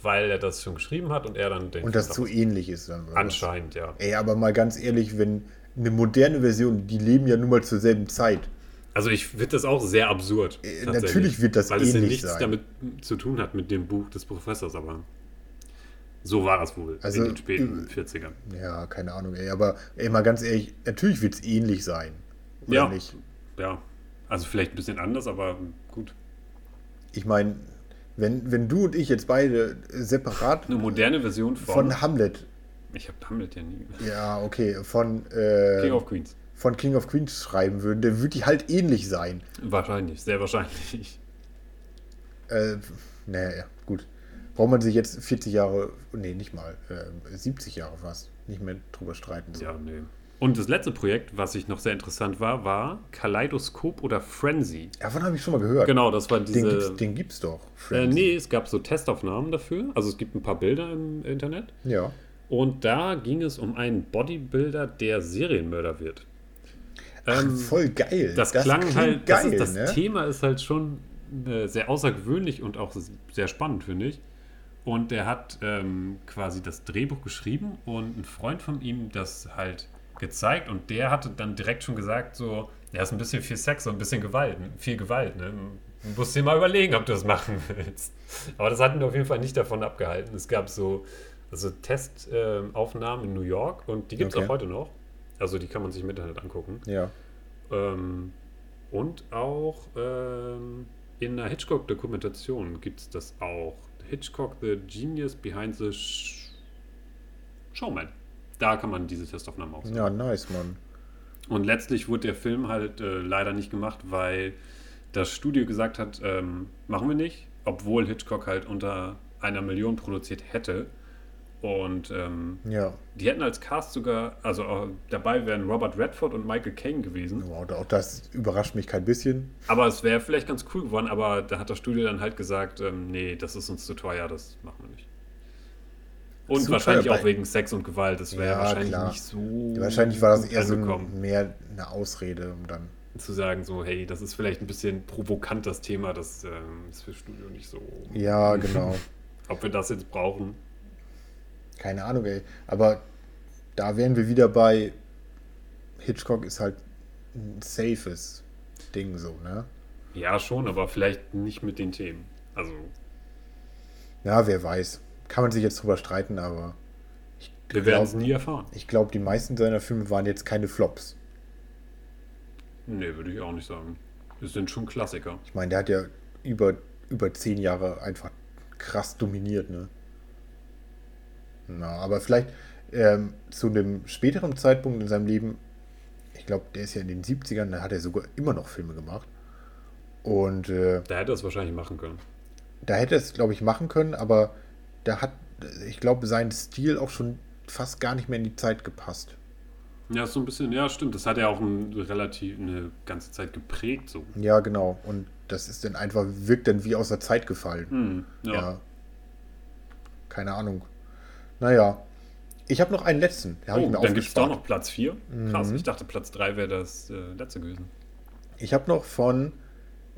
weil er das schon geschrieben hat und er dann den Und das zu ähnlich ist dann. oder was? anscheinend, ja. Ey, aber mal ganz ehrlich, wenn eine moderne Version, die leben ja nun mal zur selben Zeit. Also ich finde das auch sehr absurd. Äh, tatsächlich. natürlich wird das weil es ja ähnlich nichts sein. damit zu tun hat mit dem Buch des Professors, aber so war das wohl Also, in den späten 40ern. Ja, keine Ahnung, ey, aber ey, mal ganz ehrlich, natürlich wird es ähnlich sein. Oder Ja. nicht? Ja, also vielleicht ein bisschen anders, aber gut. Ich meine, wenn, wenn du und ich jetzt beide äh, separat Eine moderne Version von, von Äh, Hamlet, ich habe Hamlet ja nie. ja, okay, von, King äh, of Queens. von King of Queens schreiben würden, dann würde die halt ähnlich sein. Wahrscheinlich, sehr wahrscheinlich. Äh, naja, ja, gut. Braucht man sich jetzt 40 Jahre, nee, nicht mal, äh, 70 Jahre fast, nicht mehr drüber streiten. So. Ja, nee. Und das letzte Projekt, was ich noch sehr interessant war, war Kaleidoskop oder Frenzy. Davon habe ich schon mal gehört. Genau, das war Den, diese. gibt's, den gibt's doch. äh, Friends. nee, es gab so Testaufnahmen dafür. Also es gibt ein paar Bilder im Internet. Ja. Und da ging es um einen Bodybuilder, der Serienmörder wird. Ach, Ähm, voll geil. das, klang klingt halt, das, geil, ist, das ne? Thema ist halt schon äh, sehr außergewöhnlich und auch sehr spannend, finde ich. Und er hat ähm, quasi das Drehbuch geschrieben und ein Freund von ihm das halt gezeigt und der hatte dann direkt schon gesagt, so, ja, ist ein bisschen viel Sex und ein bisschen Gewalt, ne? viel Gewalt, ne? Du musst dir mal überlegen, ob du das machen <laughs> willst. Aber das hat ihn auf jeden Fall nicht davon abgehalten. Es gab so also Testaufnahmen in New York und die gibt es Okay. auch heute noch. Also die kann man sich im Internet angucken. Ja. Ähm, und auch ähm, in der Hitchcock-Dokumentation gibt es das auch. Hitchcock, The Genius Behind the Sh Showman. Da kann man diese Testaufnahmen auch sehen. ja, nice, Mann. Und letztlich wurde der Film halt äh, leider nicht gemacht, weil das Studio gesagt hat, ähm, machen wir nicht, obwohl Hitchcock halt unter einer Million produziert hätte. Und ähm, Ja. die hätten als Cast sogar, also äh, dabei wären Robert Redford und Michael Caine gewesen. Wow, auch das überrascht mich kein bisschen. Aber es wäre vielleicht ganz cool geworden, aber da hat das Studio dann halt gesagt, ähm, nee, das ist uns zu teuer, das machen wir nicht. Und Zu wahrscheinlich teuer bei- auch wegen Sex und Gewalt, das wäre Ja, wahrscheinlich klar. nicht so. Wahrscheinlich war das gut eher so angekommen, ein, mehr eine Ausrede, um dann. zu sagen, so, hey, das ist vielleicht ein bisschen provokant, das Thema, das ähm, ist fürs Studio nicht so. Ja, <laughs> genau. Ob wir das jetzt brauchen. Keine Ahnung, ey. Aber da wären wir wieder bei Hitchcock ist halt ein safes Ding so, ne? Ja, schon, aber vielleicht nicht mit den Themen. Also, Ja, wer weiß. Kann man sich jetzt drüber streiten, aber wir werden es glaub- nie erfahren. ich glaube, die meisten seiner Filme waren jetzt keine Flops. Nee, würde ich auch nicht sagen. Es sind schon Klassiker. Ich meine, der hat ja über, über zehn Jahre einfach krass dominiert, ne? Na, aber vielleicht ähm, zu einem späteren Zeitpunkt in seinem Leben, ich glaube, der ist ja in den 70ern, da hat er sogar immer noch Filme gemacht. Und äh, Da hätte er es wahrscheinlich machen können. da hätte es, glaube ich, machen können, aber da hat, ich glaube, sein Stil auch schon fast gar nicht mehr in die Zeit gepasst. Ja, ist so ein bisschen, ja, stimmt. Das hat ja auch ein, relativ eine ganze Zeit geprägt, so. Ja, genau. Und das ist dann einfach, wirkt dann wie aus der Zeit gefallen. Hm, ja. Ja. Keine Ahnung. Naja. Ich habe noch einen letzten. Den habe ich oh, mir Mhm. dann gibt es doch aufgespart. noch Platz 4. Krass, ich dachte, Platz 3 wäre das äh, letzte gewesen. Ich habe noch von.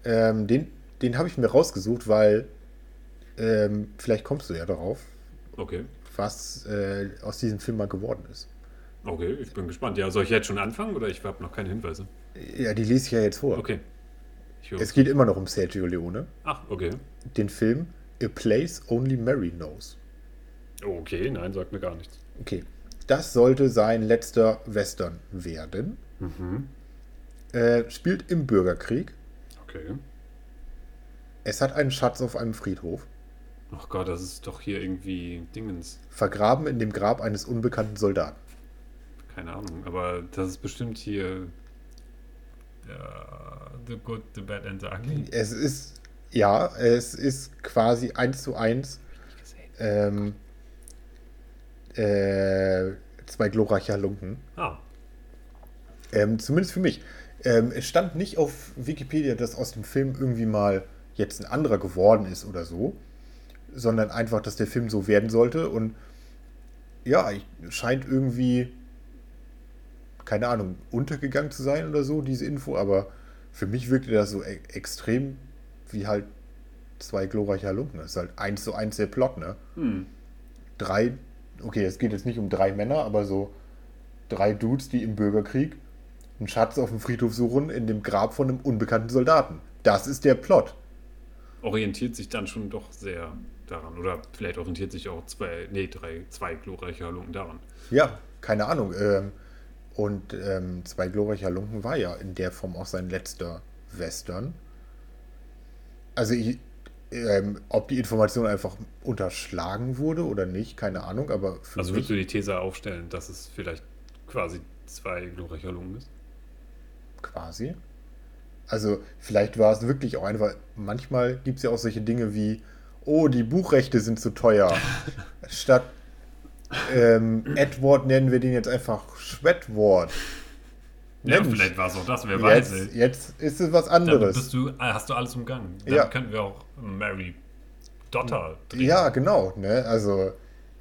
Ähm, den den habe ich mir rausgesucht, weil. Ähm, vielleicht kommst du ja darauf, Okay, was äh, aus diesem Film mal geworden ist. okay, ich bin gespannt. Ja, soll ich jetzt schon anfangen oder ich habe noch keine Hinweise? Ja, die lese ich ja jetzt vor. Okay, Ich höre. Es geht immer noch um Sergio Leone. Ach, okay. Den Film A Place Only Mary Knows. Okay, nein, sagt mir gar nichts. Okay. Das sollte sein letzter Western werden. Mhm. Äh, spielt im Bürgerkrieg. Okay. Es hat einen Schatz auf einem Friedhof. Ach Gott, das ist doch hier irgendwie Dingens. Vergraben in dem Grab eines unbekannten Soldaten. Keine Ahnung, aber das ist bestimmt hier. Ja, the Good, the Bad and the Ugly. Es ist, ja, es ist quasi eins zu eins ähm, äh, zwei glorreiche Halunken. Ah, Ähm, zumindest für mich. Ähm, es stand nicht auf Wikipedia, dass aus dem Film irgendwie mal jetzt ein anderer geworden ist oder so, sondern einfach, dass der Film so werden sollte und ja, ich- scheint irgendwie, keine Ahnung, untergegangen zu sein oder so, diese Info, aber für mich wirkte das so e extrem wie halt zwei glorreiche Halunken. Das ist halt eins zu eins der Plot, ne? hm. drei, okay, es geht jetzt nicht um drei Männer, aber so drei Dudes, die im Bürgerkrieg einen Schatz auf dem Friedhof suchen, in dem Grab von einem unbekannten Soldaten. Das ist der Plot. orientiert sich dann schon doch sehr daran. Oder vielleicht orientiert sich auch zwei, nee, drei, zwei glorreiche Halunken daran. Ja, keine Ahnung. Ähm, und ähm, zwei glorreicher Lunken war ja in der Form auch sein letzter Western. Also, ich, ähm, ob die Information einfach unterschlagen wurde oder nicht, keine Ahnung, aber für Also mich, würdest du die These aufstellen, dass es vielleicht quasi zwei glorreiche Halunken ist? Quasi. Also vielleicht war es wirklich auch einfach, manchmal gibt es ja auch solche Dinge wie, oh, die Buchrechte sind zu <laughs> teuer. Statt ähm, Edward nennen wir den jetzt einfach Schwedward. Ja, Mensch. vielleicht war es auch das, wer weiß. Jetzt, ey. jetzt ist es was Dann anderes. bist du, äh, hast du alles umgangen. Dann Ja. könnten wir auch Mary Dotter drehen. Ja, genau, ne? Also,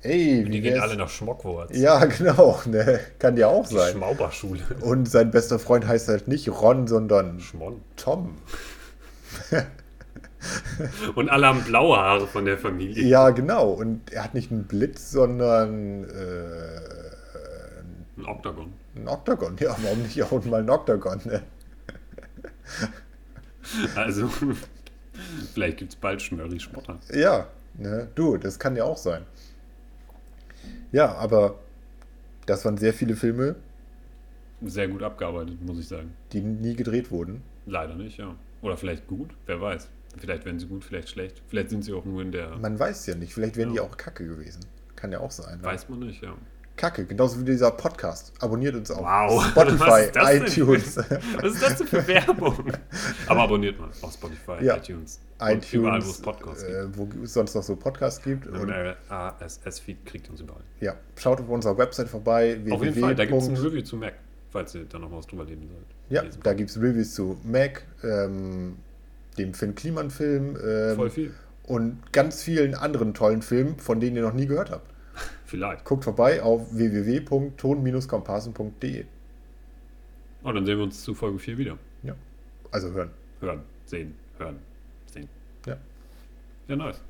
ey, Die wie gehen wär's? alle nach Schmockwurz. Ja, <laughs> genau, ne? Kann ja auch Die sein. Schmauberschule. Und sein bester Freund heißt halt nicht Ron, sondern Schmon. Tom. Und alle haben blaue Haare von der Familie. Ja, genau. Und er hat nicht einen Blitz, sondern äh, Ein Oktagon. einen Octagon. <laughs> Ja, warum nicht auch mal einen Octagon? Ne? Also, <laughs> vielleicht gibt es bald Schmörri Schmotter. Ja, ne? du, das kann ja auch sein. Ja, aber das waren sehr viele Filme, Sehr gut abgearbeitet, muss ich sagen. die nie gedreht wurden. Leider nicht, ja. Oder vielleicht gut, wer weiß. Vielleicht werden sie gut, vielleicht schlecht. Vielleicht sind sie auch nur in der. Man weiß ja nicht, vielleicht wären Ja. die auch kacke gewesen. Kann ja auch sein. Ne? Weiß man nicht, ja. Kacke, genauso wie dieser Podcast. Abonniert uns auf Wow. <laughs> Was Spotify, ist das denn? iTunes. Was ist das denn für <laughs> Werbung? Aber abonniert mal auf Spotify, Ja. iTunes. iTunes, Und überall, wo es Podcasts gibt. ne. äh, wo es sonst noch so Podcasts gibt. Im Und RSS-Feed kriegt ihr uns überall. ja, schaut auf unserer Website vorbei. Auf jeden Fall, da gibt es www. ein Review zu Mac, falls ihr da noch was drüber lesen sollt. Ja, Lesen. da gibt es Reviews zu Mac, ähm, dem Finn Kliman-Film Voll ähm, viel. und ganz vielen anderen tollen Filmen, von denen ihr noch nie gehört habt. Vielleicht. Guckt vorbei auf www.ton-komparsen.de. Und Oh, dann sehen wir uns zu Folge 4 wieder. Ja, also hören. Hören, sehen, hören, sehen. Ja. Ja, nice.